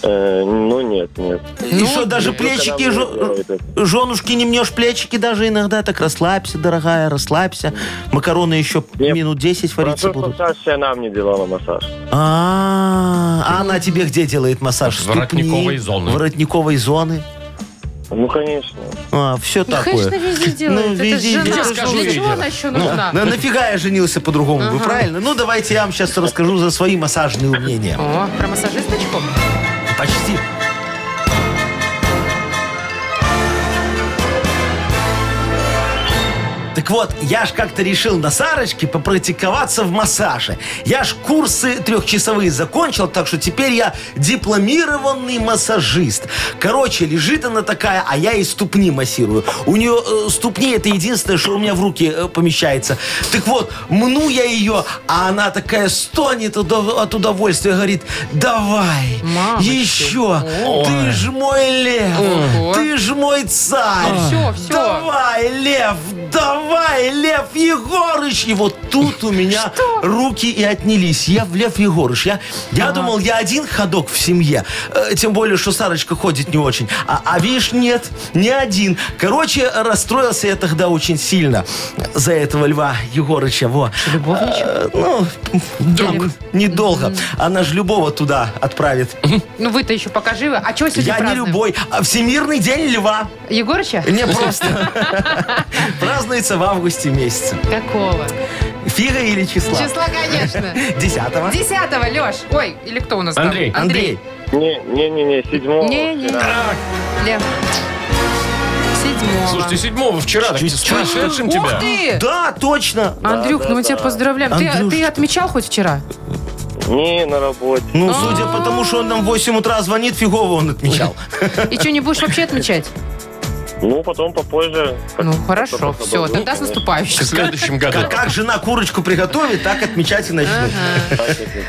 Speaker 5: Э, ну, нет, нет. Ну,
Speaker 4: и что, даже
Speaker 2: ну,
Speaker 4: плечики, и жо- женушки не мнешь плечики даже иногда? Так расслабься, дорогая, расслабься. Макароны еще
Speaker 5: Не,
Speaker 4: минут 10 вариться будут.
Speaker 5: Саша она мне делала массаж.
Speaker 4: А, а она тебе где делает массаж?
Speaker 2: В
Speaker 4: Ступни,
Speaker 2: воротниковой зоны.
Speaker 4: Воротниковой зоны.
Speaker 5: Ну, конечно.
Speaker 4: А, все
Speaker 3: Ну, конечно,
Speaker 4: такое.
Speaker 3: везде делает.
Speaker 4: Ну,
Speaker 3: Это
Speaker 4: везде
Speaker 3: жена.
Speaker 2: делает. Я скажу,
Speaker 3: Для
Speaker 2: везде
Speaker 3: чего она
Speaker 2: делает.
Speaker 3: еще нужна?
Speaker 4: ну, На- нафига я женился по-другому, вы правильно? Ну, давайте я вам сейчас расскажу за свои массажные умения.
Speaker 3: О, про массажисточку?
Speaker 4: Почти. Так вот, я ж как-то решил на Сарочке попрактиковаться в массаже. Я ж курсы трехчасовые закончил, так что теперь я дипломированный массажист. Короче, лежит она такая, а я ей ступни массирую. У нее э, ступни это единственное, что у меня в руки э, помещается. Так вот, мну я ее, а она такая стонет от удов- от удовольствия, говорит, давай,
Speaker 3: Мамочки.
Speaker 4: еще, ты ж мой лев,
Speaker 3: Ого. А,
Speaker 4: ты ж мой царь.
Speaker 3: Всё, всё.
Speaker 4: Давай, Лев, давай, Лев Егорыч. И вот тут у меня руки и отнялись. Я в Лев Егорыч. Я, я думал, я один ходок в семье. Э, Тем более, что Сарочка ходит не очень. А, а видишь, нет, не один. Короче, расстроился я тогда очень сильно за этого Льва Егорыча. Во. Э, Ну, долго, недолго. Она же любого туда отправит.
Speaker 3: Ну, вы-то еще пока живы. А чего сегодня
Speaker 4: Я не
Speaker 3: празднуем?
Speaker 4: любой. а Всемирный день Льва.
Speaker 3: Егорыча?
Speaker 4: Не просто.
Speaker 3: (laughs)
Speaker 4: Празднуется в августе месяце.
Speaker 3: Какого?
Speaker 4: Фига или числа?
Speaker 3: Числа, конечно.
Speaker 4: Десятого.
Speaker 3: Десятого, Леш. Ой, или кто у нас там?
Speaker 2: Андрей.
Speaker 4: Андрей,
Speaker 5: Не, не, не, не, седьмого.
Speaker 3: Не, не. Лев. Седьмого.
Speaker 2: Слушайте, седьмого вчера так
Speaker 4: Чуть-чуть.
Speaker 2: спрашиваем тебя.
Speaker 3: Ух ты!
Speaker 4: да, точно.
Speaker 3: Андрюх, ну мы тебя поздравляем. Ты-
Speaker 4: Андрюш,
Speaker 3: Ты
Speaker 4: что-
Speaker 3: отмечал хоть вчера?
Speaker 5: Не, на работе.
Speaker 3: А.
Speaker 4: Ну, судя по тому, что он нам в 8 утра звонит, фигово он отмечал.
Speaker 3: И что, не будешь вообще отмечать?
Speaker 5: Ну, потом попозже.
Speaker 3: Ну, хорошо, все, тогда с
Speaker 2: В
Speaker 3: наступающим.
Speaker 2: следующем году.
Speaker 4: Как, как жена курочку приготовит, так отмечать и начнет.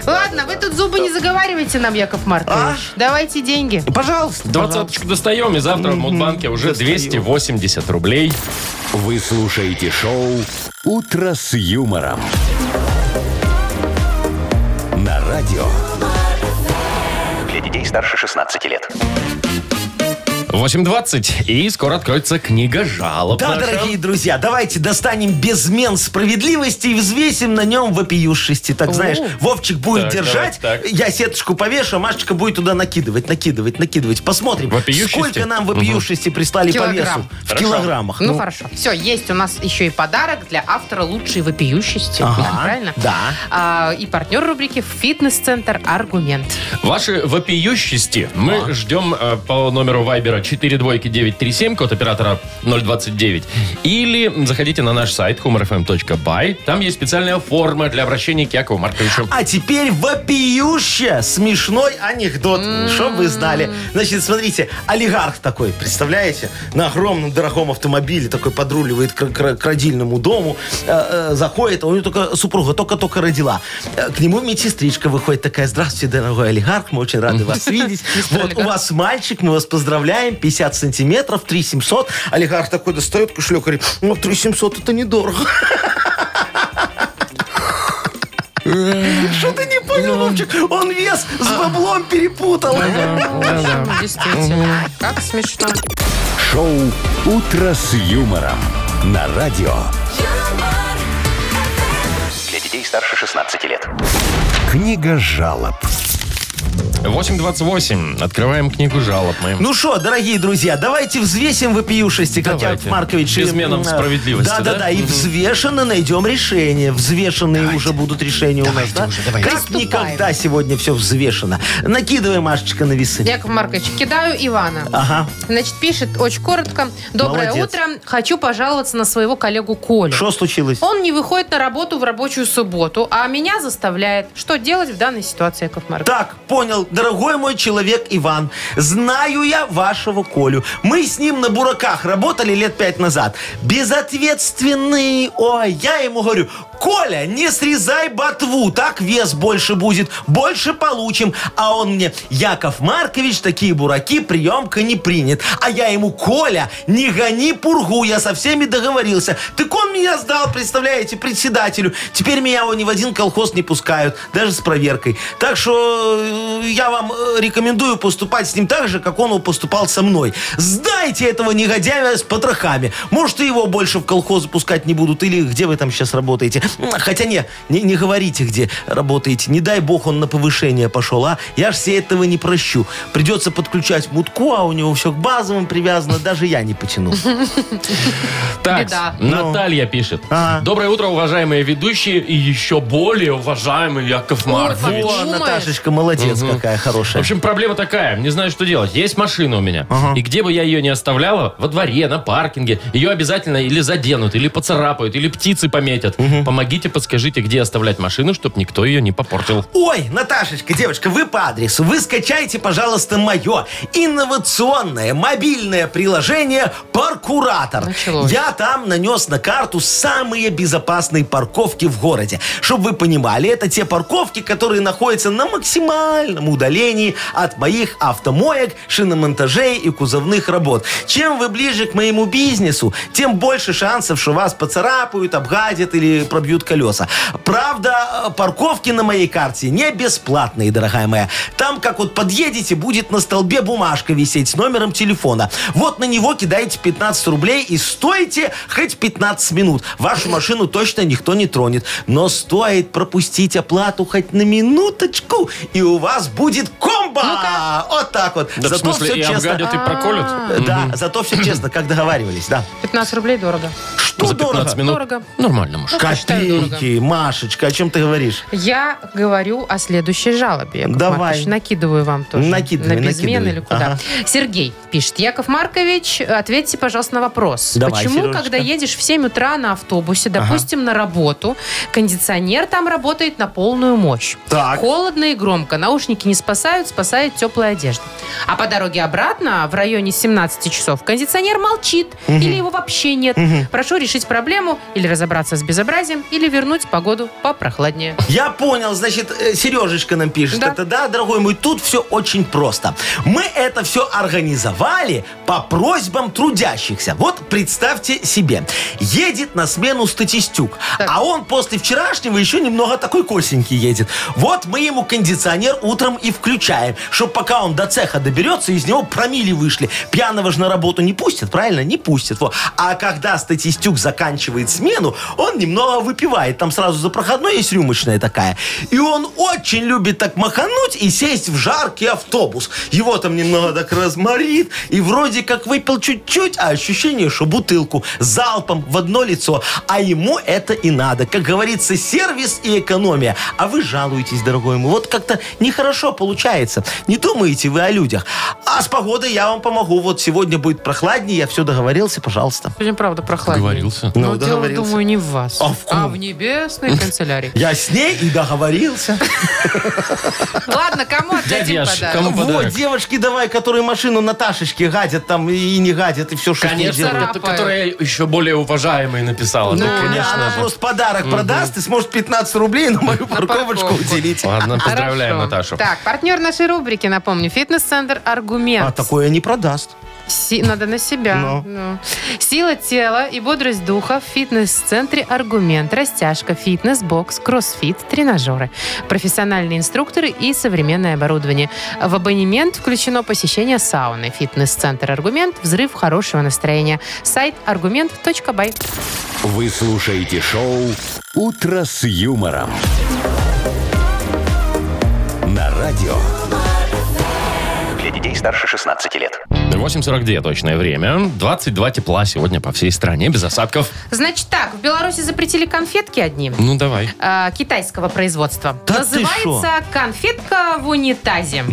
Speaker 3: Ладно, вы тут зубы не заговаривайте нам, Яков
Speaker 4: А?
Speaker 3: Маркович. Давайте деньги.
Speaker 4: Пожалуйста.
Speaker 2: Двадцаточку достаем, и завтра в Мудбанке уже
Speaker 4: достаю.
Speaker 2: 280 рублей.
Speaker 1: Вы слушаете шоу Утро с юмором. На радио
Speaker 6: Для детей старше 16 лет.
Speaker 2: 8.20. И скоро откроется книга жалоб.
Speaker 4: Да,
Speaker 2: наша.
Speaker 4: дорогие друзья, давайте достанем безмен справедливости и взвесим на нем вопиюшести. Так, знаешь, Вовчик будет
Speaker 2: Так,
Speaker 4: держать,
Speaker 2: давай, так.
Speaker 4: я сеточку повешу, а Машечка будет туда накидывать, накидывать, накидывать. Посмотрим,
Speaker 2: Вопиющести?
Speaker 4: сколько нам вопиюшести прислали по весу.
Speaker 3: Килограмм.
Speaker 4: В килограммах.
Speaker 3: Ну, хорошо. Все, есть у нас еще и подарок для автора лучшей вопиющести.
Speaker 4: Ага,
Speaker 3: Правильно?
Speaker 4: да.
Speaker 3: А, и партнер рубрики «Фитнес-центр Аргумент».
Speaker 2: Ваши вопиющести мы ждем э, по номеру Вайбера 42937, код оператора 029. Или заходите на наш сайт humorfm.by. Там есть специальная форма для обращения к Якову Марковичу.
Speaker 4: А теперь вопиюще смешной анекдот, чтобы вы знали. Значит, смотрите, олигарх такой, представляете, на огромном дорогом автомобиле такой подруливает к, к- к родильному дому, э, э, заходит, а у него только супруга только-только родила. Э, К нему медсестричка выходит такая, здравствуйте, дорогой олигарх, мы очень рады вас видеть. Вот у вас мальчик, мы вас поздравляем, 50 сантиметров, 3 700. Олигарх такой достает кошелек, говорит, ну 3 700 это недорого. Что ты не понял,
Speaker 2: Ну.
Speaker 4: Вовчик? Он вес с баблом перепутал.
Speaker 3: Действительно. Как смешно.
Speaker 1: Шоу «Утро с юмором» на радио.
Speaker 9: юмор,
Speaker 6: Для детей старше 16 лет.
Speaker 1: Книга жалоб.
Speaker 2: 8.28. Открываем книгу жалоб мы.
Speaker 4: Ну что, дорогие друзья, давайте взвесим вопиюшести, как
Speaker 2: Давайте.
Speaker 4: Яков Маркович.
Speaker 2: Без меном
Speaker 4: м,
Speaker 2: справедливости, да?
Speaker 4: Да-да-да, и
Speaker 2: Мгм.
Speaker 4: взвешенно найдем решение. Взвешенные уже будут решения у нас, да? Как
Speaker 3: Приступаем.
Speaker 4: никогда сегодня все взвешено. Накидывай, Машечка, на весы.
Speaker 3: Яков Маркович, кидаю Ивана.
Speaker 4: Ага.
Speaker 3: Значит, пишет очень коротко. Доброе
Speaker 4: А. Молодец.
Speaker 3: утро. Хочу пожаловаться на своего коллегу Колю.
Speaker 4: Что случилось?
Speaker 3: Он не выходит на работу в рабочую субботу, а меня заставляет. Что делать в данной ситуации, Яков Маркович?
Speaker 4: Так, понял. Дорогой мой человек Иван, знаю я вашего Колю. Мы с ним на бураках работали лет пять назад. Безответственный. Ой, я ему говорю, Коля, не срезай ботву, так вес больше будет, больше получим. А он мне, Яков Маркович, такие бураки приемка не принят. А я ему, Коля, не гони пургу, я со всеми договорился. Так он меня сдал, представляете, председателю. Теперь меня его ни в один колхоз не пускают, даже с проверкой. Так что э, я вам э, рекомендую поступать с ним так же, как он поступал со мной. Сдайте этого негодяя с потрохами. Может, и его больше в колхоз пускать не будут, или где вы там сейчас работаете. М, Хотя не, не, не говорите, где работаете. Не дай бог он на повышение пошел, а? Я ж себе этого не прощу. Придется подключать мутку, а у него все к базовым привязано, даже я не потяну.
Speaker 2: Так,
Speaker 3: Беда.
Speaker 2: Наталья пишет.
Speaker 4: Ага.
Speaker 2: Доброе утро, уважаемые ведущие и еще более уважаемый Яков Маркович.
Speaker 4: О,
Speaker 3: Думаешь?
Speaker 4: Наташечка, молодец, какая
Speaker 2: В
Speaker 4: хорошая.
Speaker 2: общем, проблема такая. Не знаю, что делать. Есть машина у меня. И где бы я ее не оставляла, во дворе, на паркинге, ее обязательно или заденут, или поцарапают, или птицы пометят. Помогите, подскажите, где оставлять машину, чтобы никто ее не попортил.
Speaker 4: Ой, Наташечка, девочка, вы по адресу. Вы скачайте, пожалуйста, мое инновационное мобильное приложение «Паркуратор».
Speaker 3: Началось.
Speaker 4: Я там нанес на карту самые безопасные парковки в городе. Чтобы вы понимали, это те парковки, которые находятся на максимальном удалении от моих автомоек, шиномонтажей и кузовных работ. Чем вы ближе к моему бизнесу, тем больше шансов, что вас поцарапают, обгадят или пробьют колеса. Правда, э, парковки на моей карте не бесплатные, дорогая моя. Там, как вот подъедете, будет на столбе бумажка висеть с номером телефона. Вот на него кидаете 15 рублей и стойте хоть 15 минут. Вашу машину точно никто не тронет. Но стоит пропустить оплату хоть на минуточку, и у вас будет комбо! Вот так вот.
Speaker 2: Да, в смысле,
Speaker 4: всё
Speaker 2: и обгадят, и проколют.
Speaker 4: Э, Да, зато все честно, как договаривались, да.
Speaker 3: 15 рублей дорого.
Speaker 4: Что
Speaker 2: За 15 минут.
Speaker 3: Ну, Дорого.
Speaker 2: Нормально, Маша.
Speaker 3: Ну, посчитай дорого.
Speaker 4: Копейки, Машечка, о чем ты говоришь?
Speaker 3: Я говорю о следующей жалобе. Яков
Speaker 4: Давай.
Speaker 3: Маркович. накидываю вам тоже.
Speaker 4: Накидывай,
Speaker 3: на безмен
Speaker 4: накидывай.
Speaker 3: или куда.
Speaker 4: Ага.
Speaker 3: Сергей пишет. Яков Маркович, ответьте, пожалуйста, на вопрос.
Speaker 4: Давай,
Speaker 3: Почему,
Speaker 4: Сережечка.
Speaker 3: когда едешь в 7 утра на автобусе, допустим, на работу, кондиционер там работает на полную мощь?
Speaker 4: Так.
Speaker 3: Холодно и громко. Наушники не спасают, спасает теплая одежда. А по дороге обратно, в районе 17 часов, кондиционер молчит. Или его вообще нет. Прошу решить проблему или разобраться с безобразием, или вернуть погоду попрохладнее.
Speaker 4: Я понял, значит, э, Сережечка нам пишет.
Speaker 3: Да.
Speaker 4: Это да, дорогой мой, тут все очень просто. Мы это все организовали по просьбам трудящихся. Вот представьте себе, едет на смену статистюк,
Speaker 3: Так.
Speaker 4: а он после вчерашнего еще немного такой косенький едет. Вот мы ему кондиционер утром и включаем. гуляем, чтоб пока он до цеха доберется, из него промили вышли. Пьяного же на работу не пустят, правильно? Не пустят. Во. А когда статистюк заканчивает смену, он немного выпивает. Там сразу за проходной есть рюмочная такая. И он очень любит так махануть и сесть в жаркий автобус. Его там немного так разморит. И вроде как выпил чуть-чуть, а ощущение, что бутылку залпом в одно лицо. А ему это и надо. Как говорится, сервис и экономия. А вы жалуетесь, дорогой мой. Вот как-то нехорошо получается. Не думаете вы о людях. А с погодой я вам помогу. Вот сегодня будет прохладнее, я все договорился, пожалуйста.
Speaker 3: Сегодня, правда, прохладнее.
Speaker 2: Договорился.
Speaker 3: Но
Speaker 4: Ну,
Speaker 3: дело,
Speaker 4: договорился.
Speaker 3: думаю, не в вас,
Speaker 4: А в ком?
Speaker 3: в небесной канцелярии.
Speaker 4: Я с ней и договорился.
Speaker 3: (laughs) Ладно, кому отдадим
Speaker 2: Дядя Аш,
Speaker 3: подарок?
Speaker 2: кому
Speaker 4: Вот,
Speaker 2: подарок?
Speaker 4: девушки, давай, которые машину Наташечке гадят там и не гадят, и все, что с ней
Speaker 2: Конечно,
Speaker 4: делают.
Speaker 3: Царапает.
Speaker 2: это, которая еще более уважаемый написала. Ну,
Speaker 3: Да.
Speaker 4: Она
Speaker 2: конечно же.
Speaker 4: просто подарок продаст и сможет 15 рублей на А, мою парковочку
Speaker 3: парковку.
Speaker 4: уделить.
Speaker 2: Ладно,
Speaker 3: (laughs)
Speaker 2: Ну, поздравляем
Speaker 3: Хорошо.
Speaker 2: Наташу.
Speaker 3: Так, партнер нашей рубрики, напомню, фитнес-центр «Аргумент».
Speaker 4: А такое не продаст.
Speaker 3: Си- Надо на себя.
Speaker 4: Ну.
Speaker 3: Ну. Сила тела и бодрость духа в фитнес-центре «Аргумент». Растяжка, фитнес, бокс, кроссфит, тренажеры. Профессиональные инструкторы и современное оборудование. В абонемент включено посещение сауны. Фитнес-центр «Аргумент». Взрыв хорошего настроения. Сайт аргумент.бай.
Speaker 1: Вы слушаете шоу «Утро с юмором». На радио.
Speaker 6: Для детей старше 16 лет.
Speaker 2: 8.42 точное время. 22 тепла сегодня по всей стране, без осадков.
Speaker 3: Значит так, в Беларуси запретили конфетки одни.
Speaker 2: Ну, давай.
Speaker 3: э, китайского производства.
Speaker 4: Да ты
Speaker 3: Называется конфетка в унитазе.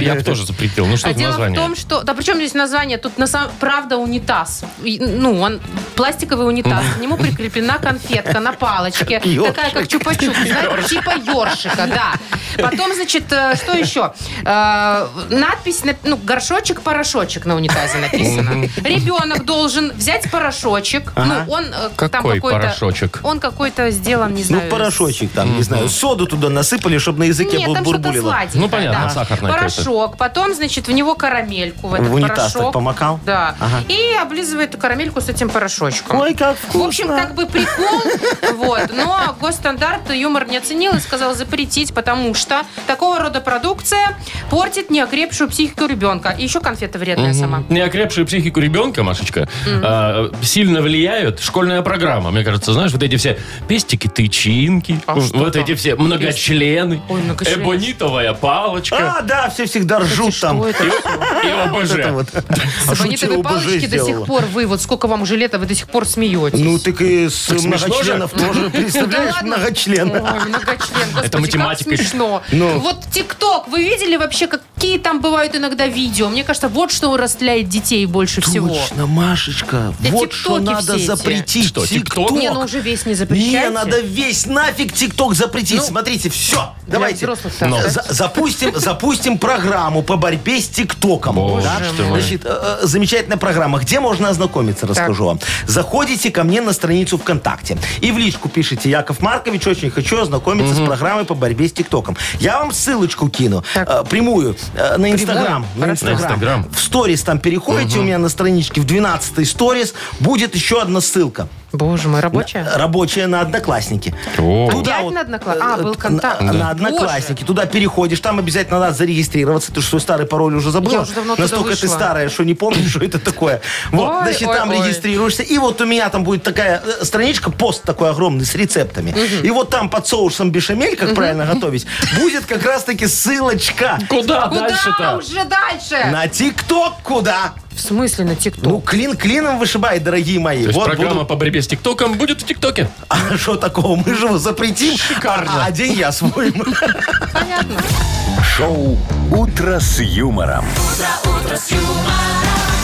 Speaker 2: Я бы тоже запретил. Ну, что
Speaker 3: А
Speaker 2: в
Speaker 3: дело в
Speaker 2: названии?
Speaker 3: том, что... Да причем здесь название? Тут на самом... Правда унитаз. И, Ну, он пластиковый унитаз. К нему прикреплена конфетка на
Speaker 4: (laughs)
Speaker 3: палочке. Такая, как чупа-чуп. знаете, Типа ёршика, да. Потом, значит, э, что еще? Э, Надпись... на- Ну, горшочек-порошочек на унитазе написано. Ребенок должен взять порошочек. Ну, он э, там
Speaker 2: Какой
Speaker 3: какой-то...
Speaker 2: порошочек?
Speaker 3: Он какой-то сделан, не
Speaker 4: Ну,
Speaker 3: знаю... из-
Speaker 4: порошочек там, не знаю, соду туда насыпали, чтобы на языке
Speaker 3: нет,
Speaker 4: бу-
Speaker 3: там что-то
Speaker 4: бурбулило.
Speaker 3: сладенькое.
Speaker 2: Ну, понятно,
Speaker 3: да.
Speaker 2: сахарное
Speaker 3: Порошок, потом, значит, в него карамельку в этот
Speaker 4: В унитаз так
Speaker 3: порошок.
Speaker 4: помакал?
Speaker 3: Да.
Speaker 4: Ага.
Speaker 3: И облизывает эту карамельку с этим порошочком.
Speaker 4: Ой, как
Speaker 3: В общем,
Speaker 4: вкусно.
Speaker 3: как бы прикол, (laughs) вот. Но госстандарт юмор не оценил и сказал запретить, потому что такого рода продукция портит неокрепшую психику ребенка. И еще конфета вредная сама.
Speaker 2: Неокрепшую психику ребенка, Машечка, а, сильно влияет школьная программа. Мне кажется, знаешь, вот эти все пестики-тычинки,
Speaker 3: А что
Speaker 2: вот
Speaker 3: там?
Speaker 2: эти все многочлены,
Speaker 3: Ой, многочлены.
Speaker 2: эбонитовая палочка.
Speaker 4: А, да, все всегда ржут
Speaker 3: Что
Speaker 4: там.
Speaker 3: это всё?
Speaker 2: И ОБЖ.
Speaker 4: Это вот. А что тебе
Speaker 3: Сабонитовые
Speaker 4: ОБЖ
Speaker 3: палочки до сих
Speaker 4: сделала?
Speaker 3: пор вы, вот сколько вам уже лет, а вы до сих пор смеетесь.
Speaker 4: Ну, так и с
Speaker 2: смешно же.
Speaker 3: (laughs)
Speaker 4: многочленов тоже,
Speaker 3: Да
Speaker 4: представляешь,
Speaker 3: ладно?
Speaker 4: многочлен. (laughs)
Speaker 3: Ой, многочлен. Господи,
Speaker 2: Это математика.
Speaker 3: Как смешно.
Speaker 4: Ну.
Speaker 3: Вот ТикТок, вы видели вообще, какие там бывают иногда видео? Мне кажется, вот что растляет детей больше всего.
Speaker 4: Точно, Машечка,
Speaker 3: Да
Speaker 4: вот что
Speaker 3: тиктоки все
Speaker 4: надо
Speaker 3: эти.
Speaker 4: запретить.
Speaker 2: Что, тикток?
Speaker 3: Не, ну уже весь не запрещайте.
Speaker 4: Не, надо весь нафиг ТикТок запретить.
Speaker 3: Ну,
Speaker 4: Смотрите, все, давайте.
Speaker 3: взрослых-то
Speaker 4: Ну.
Speaker 3: оставьте.
Speaker 4: За- запустим, запустим программу по борьбе с ТикТоком.
Speaker 2: Боже
Speaker 4: да?
Speaker 2: мой.
Speaker 4: Значит, э, э, замечательная программа. Где можно ознакомиться, расскажу вам. Заходите ко мне на страницу ВКонтакте и в личку пишите, Яков Маркович, очень хочу ознакомиться с программой по борьбе с ТикТоком. Я вам ссылочку кину, э, прямую, э, на Инстаграм. На
Speaker 2: Инстаграм.
Speaker 4: Инстаграм. В сторис там переходите у меня на страничке, в 12-й сторис будет еще одна ссылка.
Speaker 3: Боже мой, рабочая?
Speaker 4: Рабочая на Одноклассники.
Speaker 2: О.
Speaker 3: Опять на Однокла- а, был контакт.
Speaker 4: На,
Speaker 3: Да.
Speaker 4: на Одноклассники. Туда переходишь, там обязательно надо зарегистрироваться. Ты же свой старый пароль уже забыла.
Speaker 3: Я уже давно оттуда
Speaker 4: Настолько ты
Speaker 3: вышла.
Speaker 4: старая, что не помнишь, что это такое. Вот,
Speaker 3: Ой,
Speaker 4: значит,
Speaker 3: ой,
Speaker 4: там
Speaker 3: ой.
Speaker 4: регистрируешься. И вот у меня там будет такая э, страничка, пост такой огромный с рецептами. И вот там под соусом бешамель, как правильно готовить, будет как раз-таки ссылочка
Speaker 2: Куда,
Speaker 3: Куда
Speaker 2: дальше-то?
Speaker 3: Ну уже дальше?
Speaker 4: на ТикТок куда.
Speaker 3: В смысле на ТикТок?
Speaker 4: Ну, клин клином вышибает, дорогие мои.
Speaker 2: То есть
Speaker 4: Вот
Speaker 2: программа
Speaker 4: буду-
Speaker 2: по борьбе с ТикТоком будет в ТикТоке.
Speaker 4: А что такого? Мы же его запретим.
Speaker 2: Шикарно.
Speaker 4: А, а день я
Speaker 3: (laughs)
Speaker 4: свой.
Speaker 3: понятно.
Speaker 1: Шоу «Утро с юмором».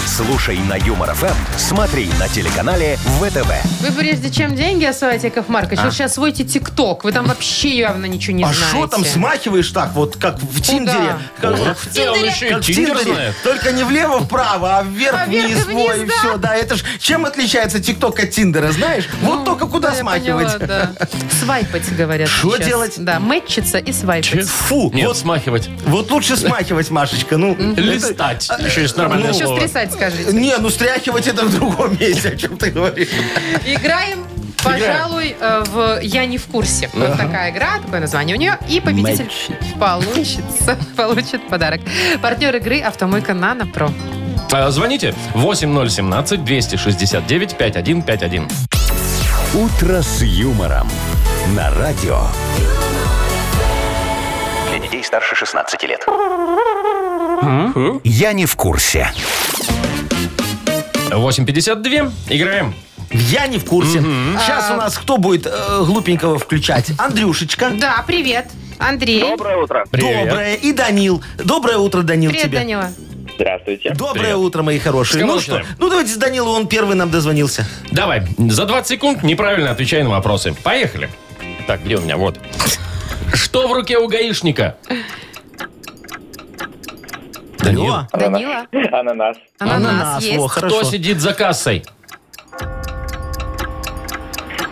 Speaker 1: Слушай на Юмор ФМ, смотри на телеканале ВТВ.
Speaker 3: Вы прежде чем деньги осваивать, Яков Маркович, вы сейчас освоите ТикТок. Вы там вообще явно ничего не
Speaker 4: А
Speaker 3: знаете.
Speaker 4: что там смахиваешь так, вот как в Тиндере? (laughs) Как,
Speaker 2: Ох,
Speaker 4: в
Speaker 2: да, он еще и
Speaker 4: как в
Speaker 2: Тиндер
Speaker 4: Тиндере.
Speaker 2: знает.
Speaker 4: Только не влево-вправо, а вверх-вниз.
Speaker 3: вверх и вниз,
Speaker 4: во, и
Speaker 3: да.
Speaker 4: все, да. Это ж чем отличается ТикТок от Тиндера, знаешь? Вот только куда
Speaker 3: Ну, Да, я
Speaker 4: смахивать.
Speaker 3: поняла,
Speaker 4: (laughs)
Speaker 3: да. Свайпать, говорят
Speaker 4: Что
Speaker 3: сейчас.
Speaker 4: делать?
Speaker 3: Да, мэтчиться и свайпать.
Speaker 4: Фу,
Speaker 2: Нет,
Speaker 4: вот,
Speaker 2: смахивать.
Speaker 4: вот лучше смахивать, Машечка. Ну, это- ну, а,
Speaker 2: Листать. Еще есть нормальное
Speaker 3: Еще
Speaker 2: слово.
Speaker 3: стрясать, скажите.
Speaker 4: Не, ну стряхивать это в другом месте, о чем ты говоришь.
Speaker 3: Играем Пожалуй, э, в «Я не в курсе». Вот такая игра, такое название у нее. И победитель получится, (laughs) получит подарок. Партнер игры «Автомойка Нано Про».
Speaker 2: А, Звоните 8017-269-5151.
Speaker 1: «Утро с юмором» на радио.
Speaker 6: Для детей старше 16 лет.
Speaker 1: Я не в курсе.
Speaker 2: 8.52. Играем.
Speaker 4: Я не в курсе. Сейчас
Speaker 3: А.
Speaker 4: у нас кто будет э, глупенького включать? Андрюшечка.
Speaker 3: Да, привет, Андрей.
Speaker 5: Доброе утро.
Speaker 2: Привет.
Speaker 4: Доброе. И Данил. Доброе утро, Данил,
Speaker 3: Привет,
Speaker 4: тебе.
Speaker 3: Данила.
Speaker 5: Здравствуйте.
Speaker 4: Доброе
Speaker 2: Привет.
Speaker 4: утро, мои
Speaker 2: С
Speaker 4: хорошие.
Speaker 2: кого
Speaker 4: Ну что,
Speaker 2: начинаем?
Speaker 4: ну давайте с Данила, он первый нам дозвонился.
Speaker 2: Давай, за 20 секунд неправильно отвечай на вопросы. Поехали. Так, где у меня? Вот. Что в руке у гаишника? Данил.
Speaker 4: Алло.
Speaker 3: Данила.
Speaker 5: Ананас.
Speaker 3: Ананас, есть.
Speaker 4: О,
Speaker 2: Кто
Speaker 4: хорошо.
Speaker 2: сидит за кассой?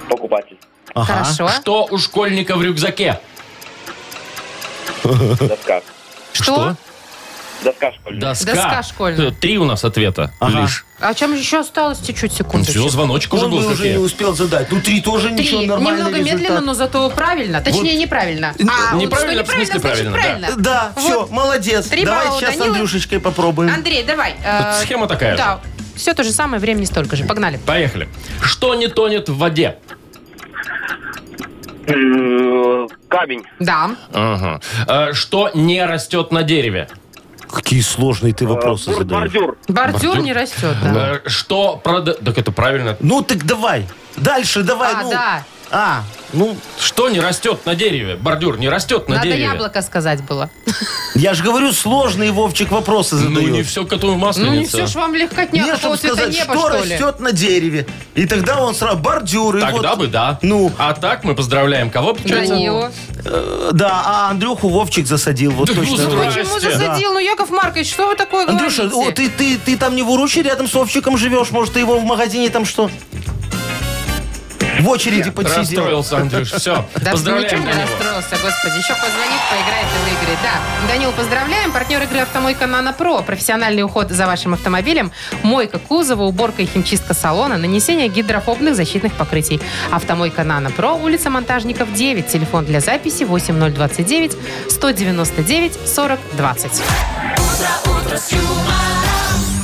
Speaker 5: Покупатель.
Speaker 4: Ага.
Speaker 3: Хорошо.
Speaker 2: Что у школьника в рюкзаке?
Speaker 5: Доска.
Speaker 3: Что?
Speaker 5: Доска школьная.
Speaker 2: Доска. Э,
Speaker 3: Доска школьная.
Speaker 2: Три у нас ответа
Speaker 4: Ага.
Speaker 2: лишь.
Speaker 3: А чем же еще осталось чуть-чуть секунд?
Speaker 2: Все, звоночек уже
Speaker 4: Он
Speaker 2: был.
Speaker 4: бы уже
Speaker 2: София.
Speaker 4: не успел задать. Ну, три тоже
Speaker 3: Три.
Speaker 4: ничего, нормальный
Speaker 3: Немного
Speaker 4: результат.
Speaker 3: медленно, но зато правильно. Точнее, неправильно. А, вот что
Speaker 2: неправильно, в смысле
Speaker 3: неправильно,
Speaker 2: правильно,
Speaker 3: значит
Speaker 2: да.
Speaker 3: правильно.
Speaker 4: Да,
Speaker 3: Вот.
Speaker 4: все, молодец.
Speaker 3: Три
Speaker 4: Давай
Speaker 3: балла у
Speaker 4: сейчас с
Speaker 3: Данилы.
Speaker 4: Андрюшечкой попробуем.
Speaker 3: Андрей, давай. э,
Speaker 2: Тут схема такая
Speaker 3: Да. Все то же самое, времени столько же. Погнали.
Speaker 2: Поехали. Что не тонет в воде?
Speaker 5: Камень.
Speaker 3: Да.
Speaker 2: Ага. Э, Что не растет на дереве?
Speaker 4: Какие сложные ты вопросы
Speaker 5: Бур- Бордюр.
Speaker 3: Бордюр, не растет, да.
Speaker 2: Э, Что прода... Так это правильно.
Speaker 4: Ну, так давай. Дальше давай.
Speaker 3: А,
Speaker 4: ну.
Speaker 3: да.
Speaker 4: А, ну,
Speaker 2: Что не растет на дереве? Бордюр не растет на
Speaker 3: Надо
Speaker 2: дереве.
Speaker 3: яблоко сказать было.
Speaker 4: я же говорю, сложные, Вовчик, вопросы
Speaker 2: Ну
Speaker 4: задаю.
Speaker 2: не все коту в
Speaker 3: Ну не
Speaker 2: масленица.
Speaker 3: все ж вам легкотня,
Speaker 4: Не,
Speaker 3: какого
Speaker 4: чтобы
Speaker 3: цвета
Speaker 4: сказать,
Speaker 3: неба,
Speaker 4: что
Speaker 3: что ли?
Speaker 4: растет на дереве. И тогда он сразу бордюры.
Speaker 2: Тогда
Speaker 4: вот,
Speaker 2: бы да.
Speaker 4: Ну.
Speaker 2: А так мы поздравляем кого? получается?
Speaker 3: Данила.
Speaker 4: э, да, а Андрюху Вовчик засадил. Вот
Speaker 2: Да
Speaker 4: точно.
Speaker 2: ну,
Speaker 4: говорю.
Speaker 2: здрасте.
Speaker 3: Почему засадил? Ну, Яков Маркович, что вы такое
Speaker 4: Андрюша,
Speaker 3: говорите?
Speaker 4: о, ты, ты, ты там не в Уруче рядом с Вовчиком живешь? Может, ты его в магазине там что? В очереди подсидел.
Speaker 2: Расстроился, Андрюш. Все.
Speaker 3: (laughs) Да
Speaker 2: Поздравляем
Speaker 3: ничего не
Speaker 2: Данила.
Speaker 3: расстроился, господи. Еще позвонит, поиграет и выиграет. Да, Данил, поздравляем. Партнер игры «Автомойка Нано Про». Профессиональный уход за вашим автомобилем, мойка кузова, уборка и химчистка салона, нанесение гидрофобных защитных покрытий. «Автомойка Нано Про», улица Монтажников, 9. Телефон для записи 8029 199 40 20.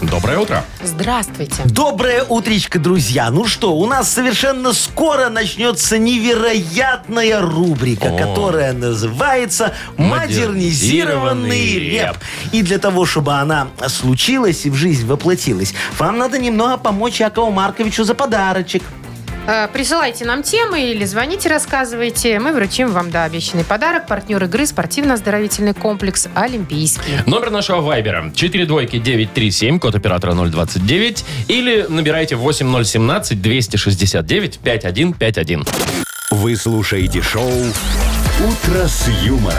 Speaker 2: Доброе утро.
Speaker 3: Здравствуйте.
Speaker 4: Доброе утречко, друзья. Ну что, у нас совершенно скоро начнется невероятная рубрика,
Speaker 2: О.
Speaker 4: которая называется «Модернизированный
Speaker 2: Модернизированный
Speaker 4: реп».
Speaker 2: рэп.
Speaker 4: И для того, чтобы она случилась и в жизнь воплотилась, вам надо немного помочь Якову Марковичу за подарочек.
Speaker 3: Э, Присылайте нам темы или звоните, рассказывайте. Мы вручим вам, да, обещанный подарок. Партнер игры спортивно-оздоровительный комплекс «Олимпийский».
Speaker 2: Номер нашего вайбера 4 двойки 937, код оператора 029. Или набирайте 8017-269-5151.
Speaker 1: Вы слушаете шоу «Утро с юмором»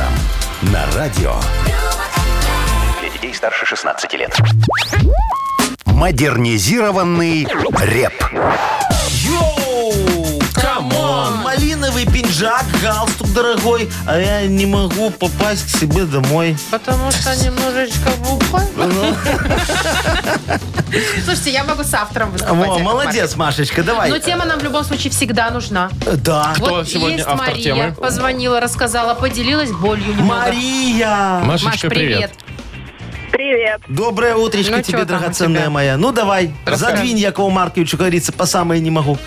Speaker 1: на радио
Speaker 6: Для детей старше 16 лет.
Speaker 1: «Модернизированный реп».
Speaker 4: Йоу!
Speaker 2: Камон!
Speaker 4: Малиновый пинжак, галстук дорогой, а я не могу попасть к себе домой.
Speaker 3: Потому что немножечко бухой. (laughs) Слушайте, я могу с автором
Speaker 4: О,
Speaker 3: выступать. Яков
Speaker 4: молодец, Машечка,
Speaker 3: Маркович.
Speaker 4: давай.
Speaker 3: Но тема нам в любом случае всегда нужна.
Speaker 4: Э, Да.
Speaker 2: Кто
Speaker 3: Ну, вот
Speaker 2: сегодня
Speaker 3: есть
Speaker 2: автор
Speaker 3: Мария,
Speaker 2: темы?
Speaker 3: позвонила, рассказала, поделилась болью немного.
Speaker 4: Мария!
Speaker 3: Маш,
Speaker 2: Машечка,
Speaker 3: привет.
Speaker 9: Привет.
Speaker 4: Доброе утречко
Speaker 3: Ну, чё
Speaker 4: тебе,
Speaker 3: там у
Speaker 4: драгоценная
Speaker 3: тебя?
Speaker 4: моя. Ну, давай,
Speaker 2: Рассказывай.
Speaker 4: задвинь Якову Марковичу, как говорится, по самое не могу.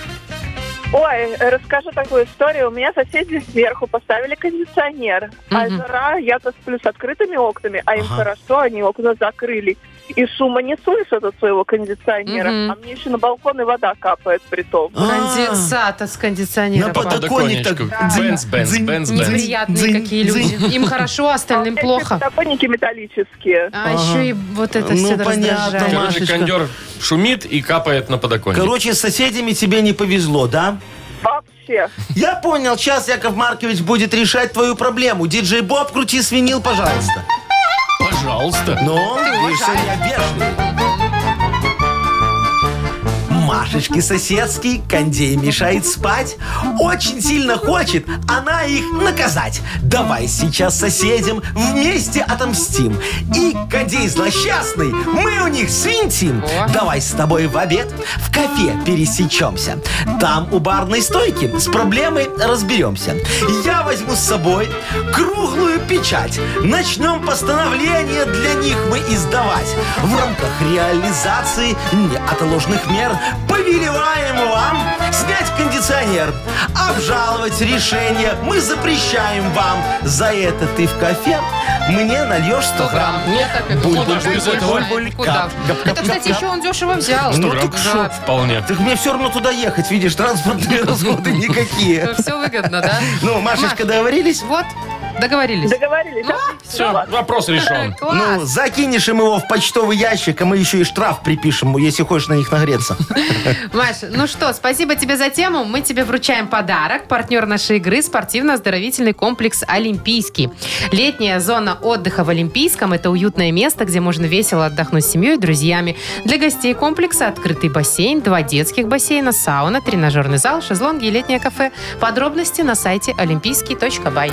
Speaker 9: Ой, расскажу такую историю. У меня соседи сверху поставили кондиционер, а
Speaker 3: Мгм.
Speaker 9: жара, я-то сплю с открытыми окнами, а им
Speaker 4: Ага.
Speaker 9: хорошо, они окна закрыли. И шума не слышат от своего кондиционера,
Speaker 3: Мгм.
Speaker 9: а мне еще на балкон и вода капает при том.
Speaker 4: А.
Speaker 3: Конденсат от
Speaker 4: На Ну,
Speaker 3: кондиционера. попал.
Speaker 4: подоконник так.
Speaker 2: Да.
Speaker 4: дзынь,
Speaker 2: Бенц, бенц,
Speaker 4: дзынь,
Speaker 2: бенц,
Speaker 4: дзынь,
Speaker 2: бенц.
Speaker 3: Неприятные
Speaker 4: дзынь,
Speaker 3: какие
Speaker 4: дзынь.
Speaker 3: люди. Им хорошо, а остальным плохо.
Speaker 9: Подоконники металлические.
Speaker 3: А
Speaker 4: Ага.
Speaker 3: еще и вот это
Speaker 4: Ну,
Speaker 3: все
Speaker 4: понятно,
Speaker 3: раздражает.
Speaker 4: Маш.
Speaker 2: Короче,
Speaker 4: Машечка.
Speaker 2: кондер шумит и капает на подоконник.
Speaker 4: Короче, с соседями тебе не повезло, да?
Speaker 3: (laughs)
Speaker 9: Вообще.
Speaker 4: Я понял, сейчас Яков Маркович будет решать твою проблему. Диджей Боб, крути свинил, пожалуйста.
Speaker 2: Пожалуйста.
Speaker 4: Но, видишь, я бешеный. Машечки соседский кондей мешает спать. Очень сильно хочет она их наказать. Давай сейчас соседям вместе отомстим. И кондей злосчастный мы у них свинтим. Давай с тобой в обед в кафе пересечемся. Там у барной стойки с проблемой разберемся. Я возьму с собой круглую печать. Начнем постановление для них мы издавать. В рамках реализации неотложных мер повелеваем вам снять кондиционер. Обжаловать решение мы запрещаем вам. За это ты в кафе мне нальешь 100 грамм.
Speaker 3: Нет, так это
Speaker 4: Буль,
Speaker 3: куда
Speaker 4: буль,
Speaker 3: ж
Speaker 2: буль,
Speaker 3: ты
Speaker 2: буль,
Speaker 4: буль,
Speaker 3: Куда?
Speaker 4: кап, кап,
Speaker 3: Это,
Speaker 4: кап,
Speaker 3: кстати,
Speaker 4: кап.
Speaker 3: еще он дешево взял.
Speaker 4: Ну,
Speaker 2: Грамм
Speaker 4: так что?
Speaker 2: Вполне.
Speaker 4: Так мне все равно туда ехать, видишь, транспортные расходы никакие.
Speaker 3: Все выгодно, да?
Speaker 4: Ну, Машечка, договорились?
Speaker 3: Вот, договорились. Э,
Speaker 9: Договорились? да?
Speaker 2: Все, вопрос (laughs) решен.
Speaker 4: Ну,
Speaker 3: Класс.
Speaker 4: закинешь им его в почтовый ящик, а мы еще и штраф припишем, если хочешь на них нагреться.
Speaker 3: Маша, ну что, спасибо тебе за тему. Мы тебе вручаем подарок. Партнер нашей игры – спортивно-оздоровительный комплекс «Олимпийский». Летняя зона отдыха в Олимпийском – это уютное место, где можно весело отдохнуть с семьей и друзьями. Для гостей комплекса открытый бассейн, два детских бассейна, сауна, тренажерный зал, шезлонги и летнее кафе. Подробности на сайте олимпийский.бай.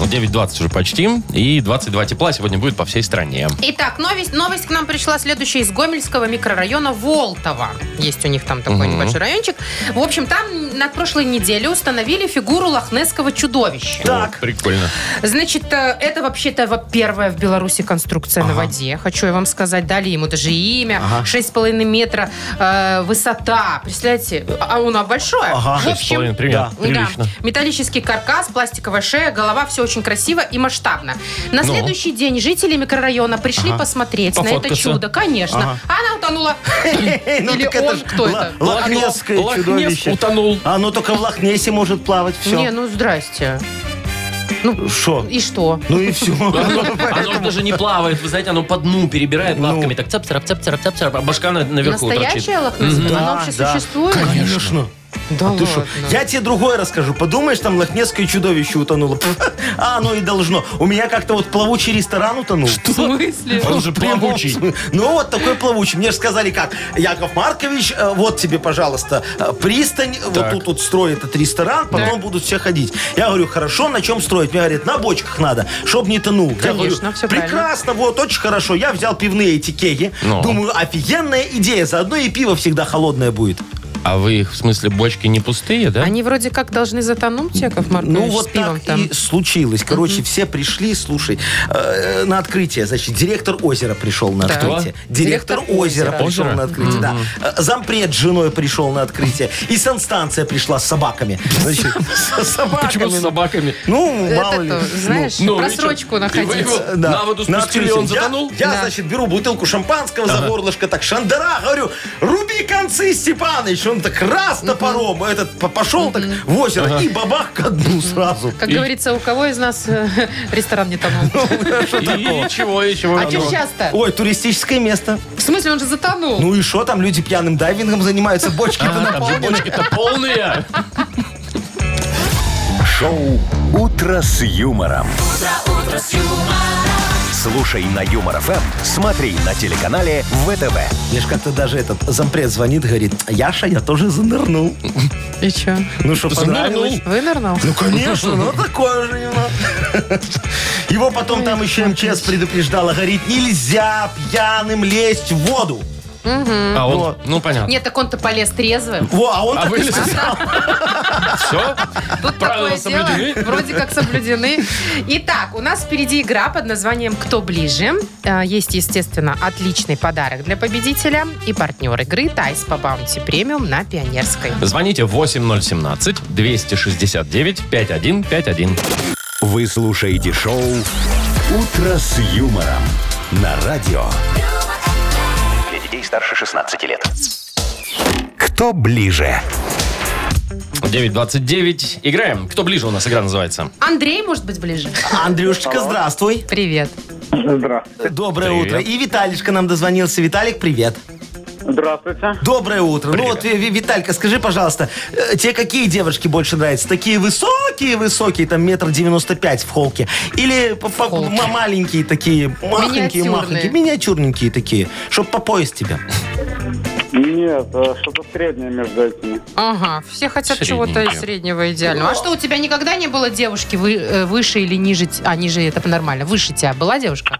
Speaker 2: 9.20 уже почти. И 22 тепла сегодня будет по всей стране.
Speaker 3: Итак, новость, новость к нам пришла следующая из Гомельского микрорайона Волтова. Есть у них там такой небольшой райончик. В общем, там на прошлой неделе установили фигуру лохнесского чудовища.
Speaker 4: Так.
Speaker 2: О, прикольно.
Speaker 3: Значит, э, это вообще-то во- первая в Беларуси конструкция на воде. Хочу я вам сказать, дали ему даже имя. Шесть с 6,5 метра э, высота. Представляете, а а у нас большое.
Speaker 4: Ага.
Speaker 3: В
Speaker 2: Шесть с половиной,
Speaker 3: общем,
Speaker 2: примерно.
Speaker 4: А,
Speaker 3: да.
Speaker 2: Прилично.
Speaker 3: Металлический каркас, пластиковая шея, голова, все очень красиво и масштабно. На
Speaker 2: Ну.
Speaker 3: следующий день жители микрорайона пришли посмотреть на это
Speaker 2: Пофоткаться.
Speaker 3: чудо, конечно. А Она утонула.
Speaker 4: Ну,
Speaker 3: Или
Speaker 4: так это
Speaker 3: он,
Speaker 4: ж
Speaker 3: кто
Speaker 4: Л-
Speaker 3: это?
Speaker 4: Лохнесское
Speaker 2: Лохнес
Speaker 4: э, чудовище. (laughs)
Speaker 2: утонул.
Speaker 4: А ну только в Лохнесе может плавать,
Speaker 3: Не,
Speaker 4: все.
Speaker 3: ну здрасте.
Speaker 4: Что?
Speaker 3: И что?
Speaker 4: Ну и все. (laughs)
Speaker 2: Оно, оно даже не плавает, вы знаете, оно по дну перебирает
Speaker 4: Ну.
Speaker 2: лапками. Так цап цап цап цап цап а башка на- наверху торчит.
Speaker 3: Настоящая лохнесская? Она вообще существует?
Speaker 4: Конечно. А
Speaker 3: Да
Speaker 4: Ты что?
Speaker 3: ладно.
Speaker 4: Я тебе другое расскажу. Подумаешь, там лохнесское чудовище утонуло. (laughs) Пф, А, оно и должно. У меня как-то вот плавучий ресторан утонул.
Speaker 3: В смысле?
Speaker 2: Он же
Speaker 4: Прямо
Speaker 2: плавучий.
Speaker 4: в смы- Ну вот такой плавучий. Мне же сказали, как Яков Маркович, э, вот тебе, пожалуйста, э, пристань, э, вот тут вот строит этот ресторан, потом будут все ходить. Я говорю, хорошо, на чем строить? Мне говорят, на бочках надо, чтобы не тонул. Я говорю,
Speaker 3: Конечно, всё
Speaker 4: прекрасно, вот, очень хорошо. Я взял пивные эти кеги.
Speaker 2: Ну.
Speaker 4: Думаю, офигенная идея. Заодно и пиво всегда холодное будет.
Speaker 2: А вы их, в смысле, бочки не пустые, да?
Speaker 3: Они вроде как должны затонуть, Яков Маркович,
Speaker 4: Ну вот
Speaker 3: э, с пивом
Speaker 4: так
Speaker 3: там.
Speaker 4: и случилось. Короче, все пришли, слушай, э, на открытие. Значит, директор озера пришел на
Speaker 3: Так.
Speaker 4: открытие.
Speaker 3: Директор
Speaker 4: Директор озера
Speaker 3: озера.
Speaker 4: пришел
Speaker 2: Озера?
Speaker 4: на открытие, да. Э, Зампред с женой пришел на открытие. И санстанция пришла с собаками. Значит, с
Speaker 2: Почему с
Speaker 4: собаками. (laughs)
Speaker 2: собаками?
Speaker 4: Ну,
Speaker 3: Это
Speaker 4: мало ли.
Speaker 3: то, знаешь,
Speaker 4: ну,
Speaker 3: просрочку находить.
Speaker 4: Э, да.
Speaker 2: На воду
Speaker 4: На
Speaker 2: спустили,
Speaker 4: открытие.
Speaker 2: он
Speaker 4: Я-
Speaker 2: затонул?
Speaker 4: Я,
Speaker 3: Да.
Speaker 4: значит, беру бутылку шампанского за горлышко, так шандара, говорю, руби концы, Степаныч. Он так раз топором, этот п- пошел так в озеро и бабах ко дну сразу.
Speaker 3: Как говорится, у кого из нас э, (laughs) ресторан не тонул?
Speaker 4: Ну,
Speaker 2: И чего, и чего?
Speaker 3: А что
Speaker 2: оно?
Speaker 3: сейчас-то?
Speaker 4: Ой, туристическое место.
Speaker 3: В смысле, он же затонул?
Speaker 4: Ну и что там, люди пьяным дайвингом занимаются, бочки-то
Speaker 2: А, там же бочки-то полные.
Speaker 1: Шоу «Утро с юмором». Слушай на Юмор ФМ, смотри на телеканале ВТВ.
Speaker 4: Мне ж как-то даже этот зампред звонит, говорит, Яша, я тоже занырнул.
Speaker 3: И что?
Speaker 4: Ну что, понравилось?
Speaker 2: Занырнул.
Speaker 3: Вынырнул?
Speaker 4: Ну, конечно, ну такое же немного.
Speaker 2: (laughs)
Speaker 4: Его потом там еще
Speaker 2: Ну,
Speaker 4: МЧС предупреждала, говорит, нельзя пьяным лезть в воду.
Speaker 2: А он, ну понятно.
Speaker 3: Нет, так он-то полез трезвым.
Speaker 4: Во, а он
Speaker 2: А
Speaker 4: так и
Speaker 2: (laughs) вылез?
Speaker 4: сказал.
Speaker 2: Все?
Speaker 3: Тут
Speaker 2: Правила
Speaker 3: такое дело.
Speaker 2: соблюдены.
Speaker 3: Вроде как соблюдены. Итак, у нас впереди игра под названием «Кто ближе?». Э, Есть, естественно, отличный подарок для победителя и партнер игры «Тайс по баунти премиум» на Пионерской.
Speaker 2: Звоните 8017-269-5151.
Speaker 1: Вы слушаете шоу «Утро с юмором» на радио.
Speaker 6: Для детей старше 16 лет.
Speaker 1: Кто ближе?
Speaker 2: 9.29. Играем. Кто ближе у нас игра называется?
Speaker 3: Андрей, может быть, ближе?
Speaker 4: Андрюшечка, здравствуй.
Speaker 3: Привет.
Speaker 5: Здравствуйте.
Speaker 4: Доброе
Speaker 2: Привет.
Speaker 4: утро. И Виталишка нам дозвонился. Виталик, привет.
Speaker 5: Здравствуйте.
Speaker 4: Доброе утро. Ну вот, Ви- Ви- Виталька, скажи, пожалуйста, э, тебе какие девушки больше нравятся? Такие высокие-высокие, там метр девяносто пять в холке? Или по- по-
Speaker 3: холке.
Speaker 4: ма- маленькие такие, махонькие,
Speaker 3: Миниатюрные.
Speaker 4: махонькие, миниатюрненькие такие, чтоб по пояс тебя?
Speaker 5: Нет, а что-то среднее между этими.
Speaker 3: Ага, все хотят чего-то
Speaker 2: Средненькие.
Speaker 3: из среднего идеального. А что, у тебя никогда не было девушки вы- э, выше или ниже? т- А, ниже это нормально. Выше тебя была девушка?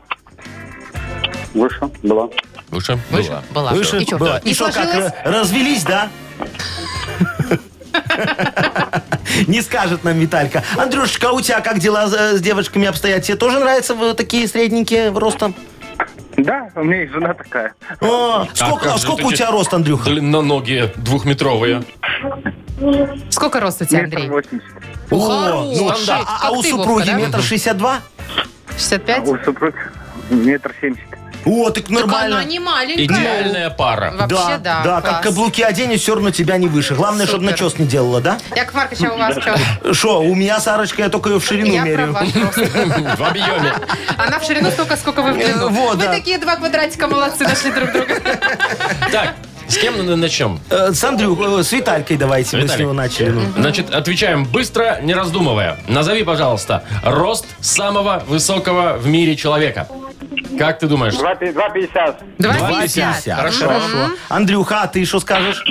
Speaker 5: Выше была.
Speaker 2: Выше? Хм. Была.
Speaker 3: Была. И чё,
Speaker 4: было.
Speaker 3: Не
Speaker 4: И что, как,
Speaker 3: сложилось?
Speaker 4: ра- развелись, да? Не скажет нам Виталька. Андрюшечка, а у тебя как дела э, с девочками обстоят? Тебе тоже нравятся вот такие средненькие ростом?
Speaker 5: Да, у меня и жена такая.
Speaker 4: О,
Speaker 2: как
Speaker 4: сколько, а
Speaker 2: же
Speaker 4: сколько
Speaker 2: ты
Speaker 4: у
Speaker 2: че-
Speaker 4: тебя рост, Андрюха?
Speaker 2: Длинноногие, двухметровые.
Speaker 3: Сколько рост у тебя, Андрей?
Speaker 5: восемьдесят.
Speaker 4: О,
Speaker 3: Хорош.
Speaker 4: ну,
Speaker 3: Шесть.
Speaker 4: а- А
Speaker 3: Как
Speaker 4: у
Speaker 3: ты, Вовка,
Speaker 4: супруги
Speaker 3: да?
Speaker 4: метр шестьдесят два?
Speaker 3: 65?
Speaker 5: супруги метр семьдесят.
Speaker 4: О, так
Speaker 3: Так она
Speaker 4: нормально.
Speaker 3: не маленькая.
Speaker 2: Идеальная пара.
Speaker 3: Вообще, да.
Speaker 4: да,
Speaker 3: класс.
Speaker 4: как каблуки оденешь, все равно тебя не выше. Главное, чтобы
Speaker 3: Супер.
Speaker 4: начес не делала, да?
Speaker 3: Яков Маркович, а у вас
Speaker 4: (laughs)
Speaker 3: что?
Speaker 4: Шо, у меня Сарочка, я только ее в ширину
Speaker 3: Я про
Speaker 4: меряю.
Speaker 3: вас просто.
Speaker 2: В объеме.
Speaker 3: Она в ширину столько, сколько вы в длину.
Speaker 4: Э, (laughs) вот,
Speaker 3: Вы
Speaker 4: да.
Speaker 3: такие два квадратика молодцы, нашли друг друга.
Speaker 2: Так, с кем на- начнем?
Speaker 4: Э, С Андрю, э, с Виталькой давайте, мы с
Speaker 2: Виталик.
Speaker 4: него начали. ну.
Speaker 2: Значит, отвечаем быстро, не раздумывая. Назови, пожалуйста, рост самого высокого в мире человека. Как ты думаешь?
Speaker 5: Два, пи- два пятьдесят.
Speaker 3: Два
Speaker 4: 2,50.
Speaker 3: пятьдесят.
Speaker 2: Хорошо.
Speaker 4: Хорошо. Андрюха, а ты что скажешь?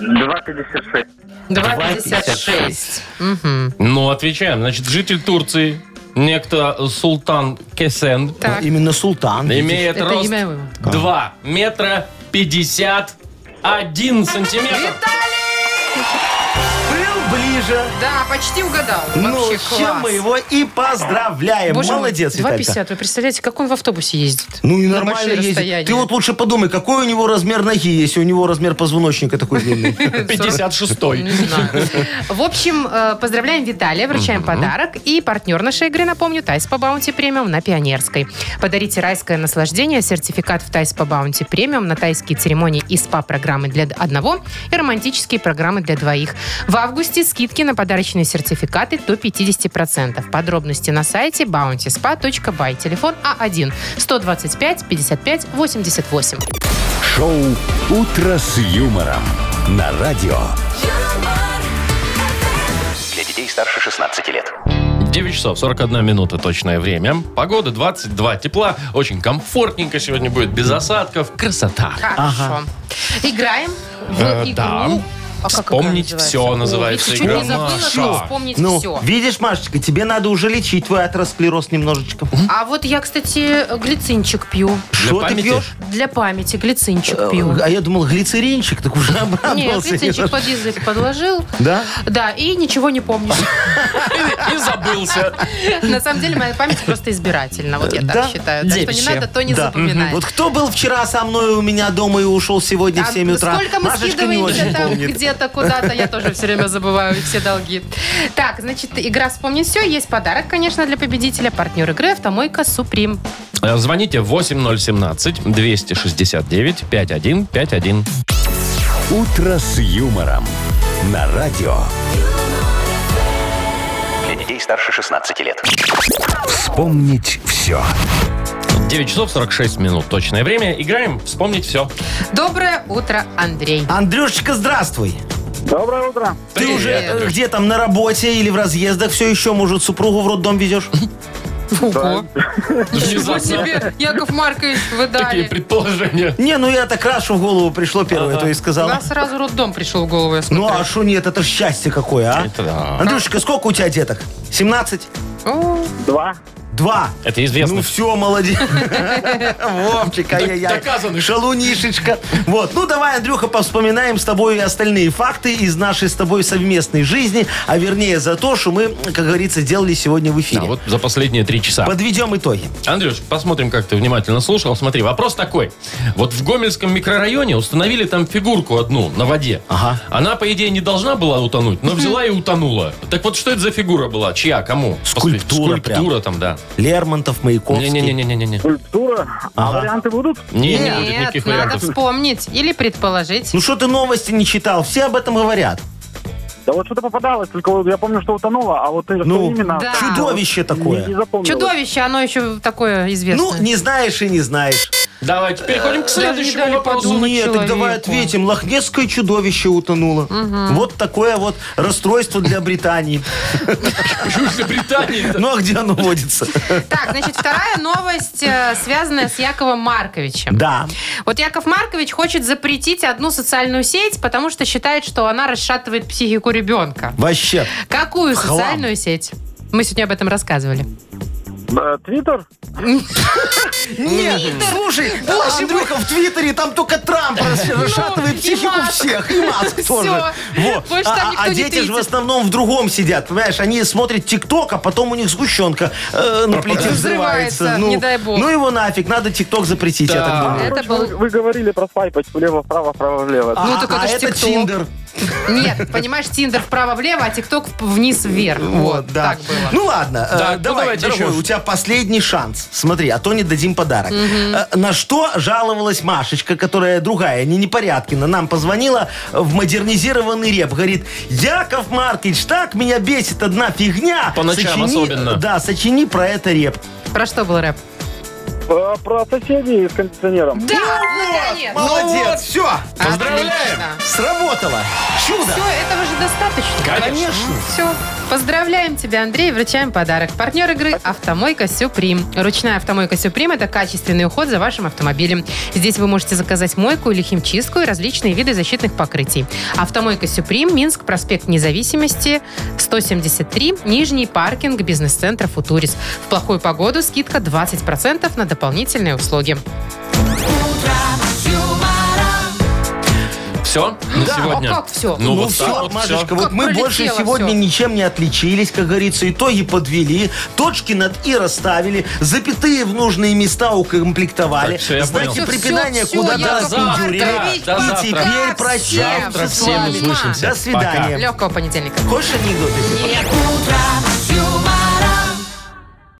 Speaker 5: Два пятьдесят шесть.
Speaker 3: Два пятьдесят
Speaker 4: 2,56.
Speaker 3: шесть. Мгм.
Speaker 2: Ну, отвечаем. Значит, житель Турции, некто Султан Кесен,
Speaker 3: Так,
Speaker 4: Именно султан. видишь.
Speaker 2: имеет
Speaker 3: Это
Speaker 2: рост
Speaker 3: имя его.
Speaker 2: 2 метра 51 сантиметр.
Speaker 4: Был ближе.
Speaker 3: да, почти угадал.
Speaker 4: Ну,
Speaker 3: Вообще
Speaker 4: с чем
Speaker 3: класс.
Speaker 4: мы его и поздравляем.
Speaker 3: Боже мой,
Speaker 4: Молодец, Виталька.
Speaker 3: 2,50. Вы представляете, как он в автобусе ездит?
Speaker 4: Ну и
Speaker 3: На
Speaker 4: нормально
Speaker 3: большие
Speaker 4: ездит.
Speaker 3: расстояния.
Speaker 4: Ты вот лучше подумай, какой у него размер ноги, если у него размер позвоночника такой длинный.
Speaker 2: 56-й.
Speaker 3: Не знаю. В общем, э, поздравляем Виталия, вручаем подарок. И партнер нашей игры, напомню, Тайс по Баунти Премиум на Пионерской. Подарите райское наслаждение, сертификат в Тайс по Баунти Премиум на тайские церемонии и СПА-программы для одного и романтические программы для двоих. В августе скидки на подарочные сертификаты до 50%. Подробности на сайте bountyspa.by. Телефон А А1 125 55 88.
Speaker 1: Шоу «Утро с юмором» на радио.
Speaker 6: Для детей старше 16 лет.
Speaker 2: 9 часов 41 минута точное время. Погода 22 тепла. Очень комфортненько сегодня будет, без осадков. Красота.
Speaker 3: Хорошо. Играем в
Speaker 2: Э,
Speaker 3: игру.
Speaker 2: да.
Speaker 3: А как
Speaker 2: Вспомнить
Speaker 3: игра
Speaker 2: всё
Speaker 3: О,
Speaker 2: называется
Speaker 3: видите, чуть
Speaker 2: игра.
Speaker 3: не забыла,
Speaker 2: Маша.
Speaker 3: что вспомнить
Speaker 4: Ну,
Speaker 3: все.
Speaker 4: видишь, Машечка, тебе надо уже лечить твой атеросклероз немножечко.
Speaker 3: А вот я, кстати, глицинчик пью.
Speaker 4: Что ты
Speaker 2: памяти?
Speaker 4: пьешь?
Speaker 3: Для памяти глицинчик Э, пью.
Speaker 4: А я думал, глицеринчик, так уже
Speaker 3: Нет,
Speaker 4: обрадовался.
Speaker 3: глицинчик под язык подложил.
Speaker 4: Да?
Speaker 3: Да, и ничего не помню. (laughs)
Speaker 2: И забылся.
Speaker 3: На самом деле моя память просто избирательна. Вот я
Speaker 4: Э, Да?
Speaker 3: так считаю. Да, Что не
Speaker 2: Девичья.
Speaker 3: надо, то не
Speaker 4: Да.
Speaker 3: запоминает.
Speaker 4: Вот кто был вчера со мной у меня дома и ушел сегодня в
Speaker 3: А
Speaker 4: 7 утра?
Speaker 3: Сколько мы
Speaker 4: Машечка не
Speaker 3: скидываемся
Speaker 4: очень
Speaker 3: там
Speaker 4: помнит.
Speaker 3: где-то, куда-то, я тоже все время забываю все долги. Так, значит, игра «Вспомнить все». Есть подарок, конечно, для победителя. Партнер игры «Автомойка Суприм».
Speaker 2: Э, Звоните 8017-269-5151.
Speaker 1: «Утро с юмором» на радио.
Speaker 6: Для детей старше 16 лет.
Speaker 1: Вспомнить все.
Speaker 2: 9 часов 46 минут точное время. Играем, вспомнить все.
Speaker 3: Доброе утро, Андрей.
Speaker 4: Андрюшечка, здравствуй.
Speaker 5: Доброе утро.
Speaker 4: Ты
Speaker 2: Привет,
Speaker 4: уже э,
Speaker 2: Андрюш.
Speaker 4: где там на работе или в разъездах все еще, может, супругу в
Speaker 3: (laughs)
Speaker 4: роддом везешь?
Speaker 3: Ого, ничего
Speaker 2: Внезапно
Speaker 3: себе, Яков Маркович, вы
Speaker 2: Такие
Speaker 3: дали.
Speaker 2: предположения.
Speaker 4: Не, ну я так раз, что в голову пришло первое, то и
Speaker 3: У
Speaker 4: сказал.
Speaker 3: нас сразу роддом пришел в голову, я
Speaker 4: Ну а
Speaker 3: смотрю.
Speaker 4: что нет, это ж счастье какое, а?
Speaker 2: Это да.
Speaker 4: Андрюшечка, сколько у тебя деток? 17?
Speaker 2: Ну,
Speaker 3: О,
Speaker 5: Два.
Speaker 4: Два.
Speaker 2: Это известно.
Speaker 4: Ну
Speaker 2: (laughs)
Speaker 4: все, молодец. Вовчик, ай-яй-яй.
Speaker 2: доказано.
Speaker 4: Шалунишечка. Вот. Ну давай, Андрюха, повспоминаем с тобой и остальные факты из нашей с тобой совместной жизни, а вернее за то, что мы, как говорится, делали сегодня в
Speaker 2: Да,
Speaker 4: эфире.
Speaker 2: вот за последние три часа.
Speaker 4: Подведем итоги.
Speaker 2: Андрюш, посмотрим, как ты внимательно слушал. Смотри, вопрос такой. Вот в Гомельском микрорайоне установили там фигурку одну на воде.
Speaker 4: Ага.
Speaker 2: Она, по идее, не должна была утонуть, но взяла и утонула. Так вот, что это за фигура была? Чья? Кому? Посмотри,
Speaker 4: Скульптура прям.
Speaker 2: Скульптура там, да.
Speaker 4: Лермонтов, Маяковский.
Speaker 2: Не-не-не-не-не-не.
Speaker 5: Культура. А
Speaker 4: Ага.
Speaker 5: варианты будут?
Speaker 2: Не, не будет
Speaker 3: нет,
Speaker 2: никаких
Speaker 3: надо
Speaker 2: вариантов.
Speaker 3: вспомнить или предположить.
Speaker 4: Ну что ты новости не читал? Все об этом говорят.
Speaker 5: Да вот что-то попадалось, только вот я помню, что утонула, а вот э,
Speaker 4: Ну,
Speaker 5: что именно...
Speaker 3: Да. Ну,
Speaker 4: Чудовище
Speaker 5: Не, не
Speaker 4: такое.
Speaker 5: запомнилось.
Speaker 3: Чудовище, оно еще такое известное.
Speaker 4: Ну, не знаешь и не знаешь.
Speaker 3: Э,
Speaker 2: Давайте переходим к следующему
Speaker 3: дали
Speaker 2: вопросу. (laughs)
Speaker 3: подумать.
Speaker 4: Нет, так
Speaker 3: человеку.
Speaker 4: давай ответим. Лохнесское чудовище утонуло. Вот такое вот расстройство для Британии.
Speaker 2: Почему же Британия?
Speaker 4: Ну а где оно водится?
Speaker 3: Так, значит, вторая новость, э, связанная с Яковом Марковичем.
Speaker 4: Да.
Speaker 3: Вот Яков Маркович хочет запретить одну социальную сеть, потому что считает, что она расшатывает психику ребенка.
Speaker 4: Вообще.
Speaker 3: Какую
Speaker 4: Хлам.
Speaker 3: социальную сеть? Мы сегодня об этом рассказывали.
Speaker 5: Э, Твиттер?
Speaker 4: Нет, слушай, Андрюха в Твиттере, там
Speaker 3: (laughs)
Speaker 4: только Трамп рас- расшатывает
Speaker 3: ну. и
Speaker 4: психику
Speaker 3: Маск.
Speaker 4: всех, и Маск
Speaker 3: Всё.
Speaker 4: тоже. Во.
Speaker 3: Больше
Speaker 4: А-
Speaker 3: там
Speaker 4: а-
Speaker 3: никто
Speaker 4: а
Speaker 3: не
Speaker 4: дети же в
Speaker 3: твитит.
Speaker 4: основном в другом сидят, понимаешь? Они смотрят ТикТок, а потом у них сгущенка э, на плите
Speaker 3: Взрывается,
Speaker 4: взрывается. Ну,
Speaker 3: не дай бог.
Speaker 4: Ну его нафиг, надо ТикТок запретить, я так
Speaker 2: Да.
Speaker 4: думаю.
Speaker 3: Это
Speaker 5: Короче,
Speaker 3: был...
Speaker 5: Вы, вы говорили про свайпать влево-вправо, вправо-влево.
Speaker 3: Ну, так это
Speaker 4: а
Speaker 3: ж
Speaker 4: это
Speaker 3: TikTok.
Speaker 4: Тиндер.
Speaker 3: Нет, понимаешь, Тиндер вправо-влево, а ТикТок вниз-вверх.
Speaker 4: Вот, да.
Speaker 3: Так было.
Speaker 4: Ну ладно, э,
Speaker 2: Так, ну
Speaker 4: давай,
Speaker 2: давайте
Speaker 4: дорогой,
Speaker 2: еще.
Speaker 4: у тебя последний шанс. Смотри, а то не дадим подарок. Э, На что жаловалась Машечка, которая другая, не Непорядкина, нам позвонила в модернизированный реп. Говорит, Яков Маркич, так меня бесит одна фигня.
Speaker 2: По ночам особенно.
Speaker 4: Да, сочини про это реп.
Speaker 3: Про что был рэп?
Speaker 5: Э, Про соседей с кондиционером.
Speaker 3: Да,
Speaker 4: Ну Вот, молодец, все,
Speaker 2: Ну Поздравляем!
Speaker 4: сработало. Чудо.
Speaker 3: Все, этого же достаточно.
Speaker 4: Конечно.
Speaker 3: Все. Поздравляем тебя, Андрей, вручаем подарок. Партнер игры «Автомойка Сюприм». Ручная «Автомойка Сюприм» — это качественный уход за вашим автомобилем. Здесь вы можете заказать мойку или химчистку и различные виды защитных покрытий. «Автомойка Сюприм», Минск, проспект Независимости, 173, Нижний паркинг бизнес-центра «Футурис». В плохую погоду скидка 20% на дополнительные услуги.
Speaker 2: Все? На
Speaker 4: Да.
Speaker 2: сегодня?
Speaker 3: А как всё?
Speaker 2: Ну,
Speaker 4: Ну,
Speaker 2: вот
Speaker 4: все,
Speaker 2: так вот всё.
Speaker 4: Машечка, вот
Speaker 3: Как
Speaker 4: мы
Speaker 3: пролетело
Speaker 4: больше сегодня
Speaker 3: всё.
Speaker 4: ничем не отличились, как говорится, итоги подвели, точки над «и» расставили, запятые в нужные места укомплектовали,
Speaker 2: Так, всё, я
Speaker 4: знаки
Speaker 2: понял.
Speaker 4: препинания
Speaker 3: Всё, всё,
Speaker 4: куда
Speaker 3: всё,
Speaker 4: то
Speaker 3: Яков
Speaker 4: распендюрили.
Speaker 3: Маркович,
Speaker 4: И
Speaker 2: Да, да,
Speaker 3: пока
Speaker 4: теперь
Speaker 3: всем.
Speaker 4: прощаемся
Speaker 2: Завтра
Speaker 4: с
Speaker 2: всем
Speaker 4: вами.
Speaker 2: услышимся.
Speaker 4: До свидания.
Speaker 3: Легкого понедельника.
Speaker 4: Хочешь анекдоты?
Speaker 3: Нет.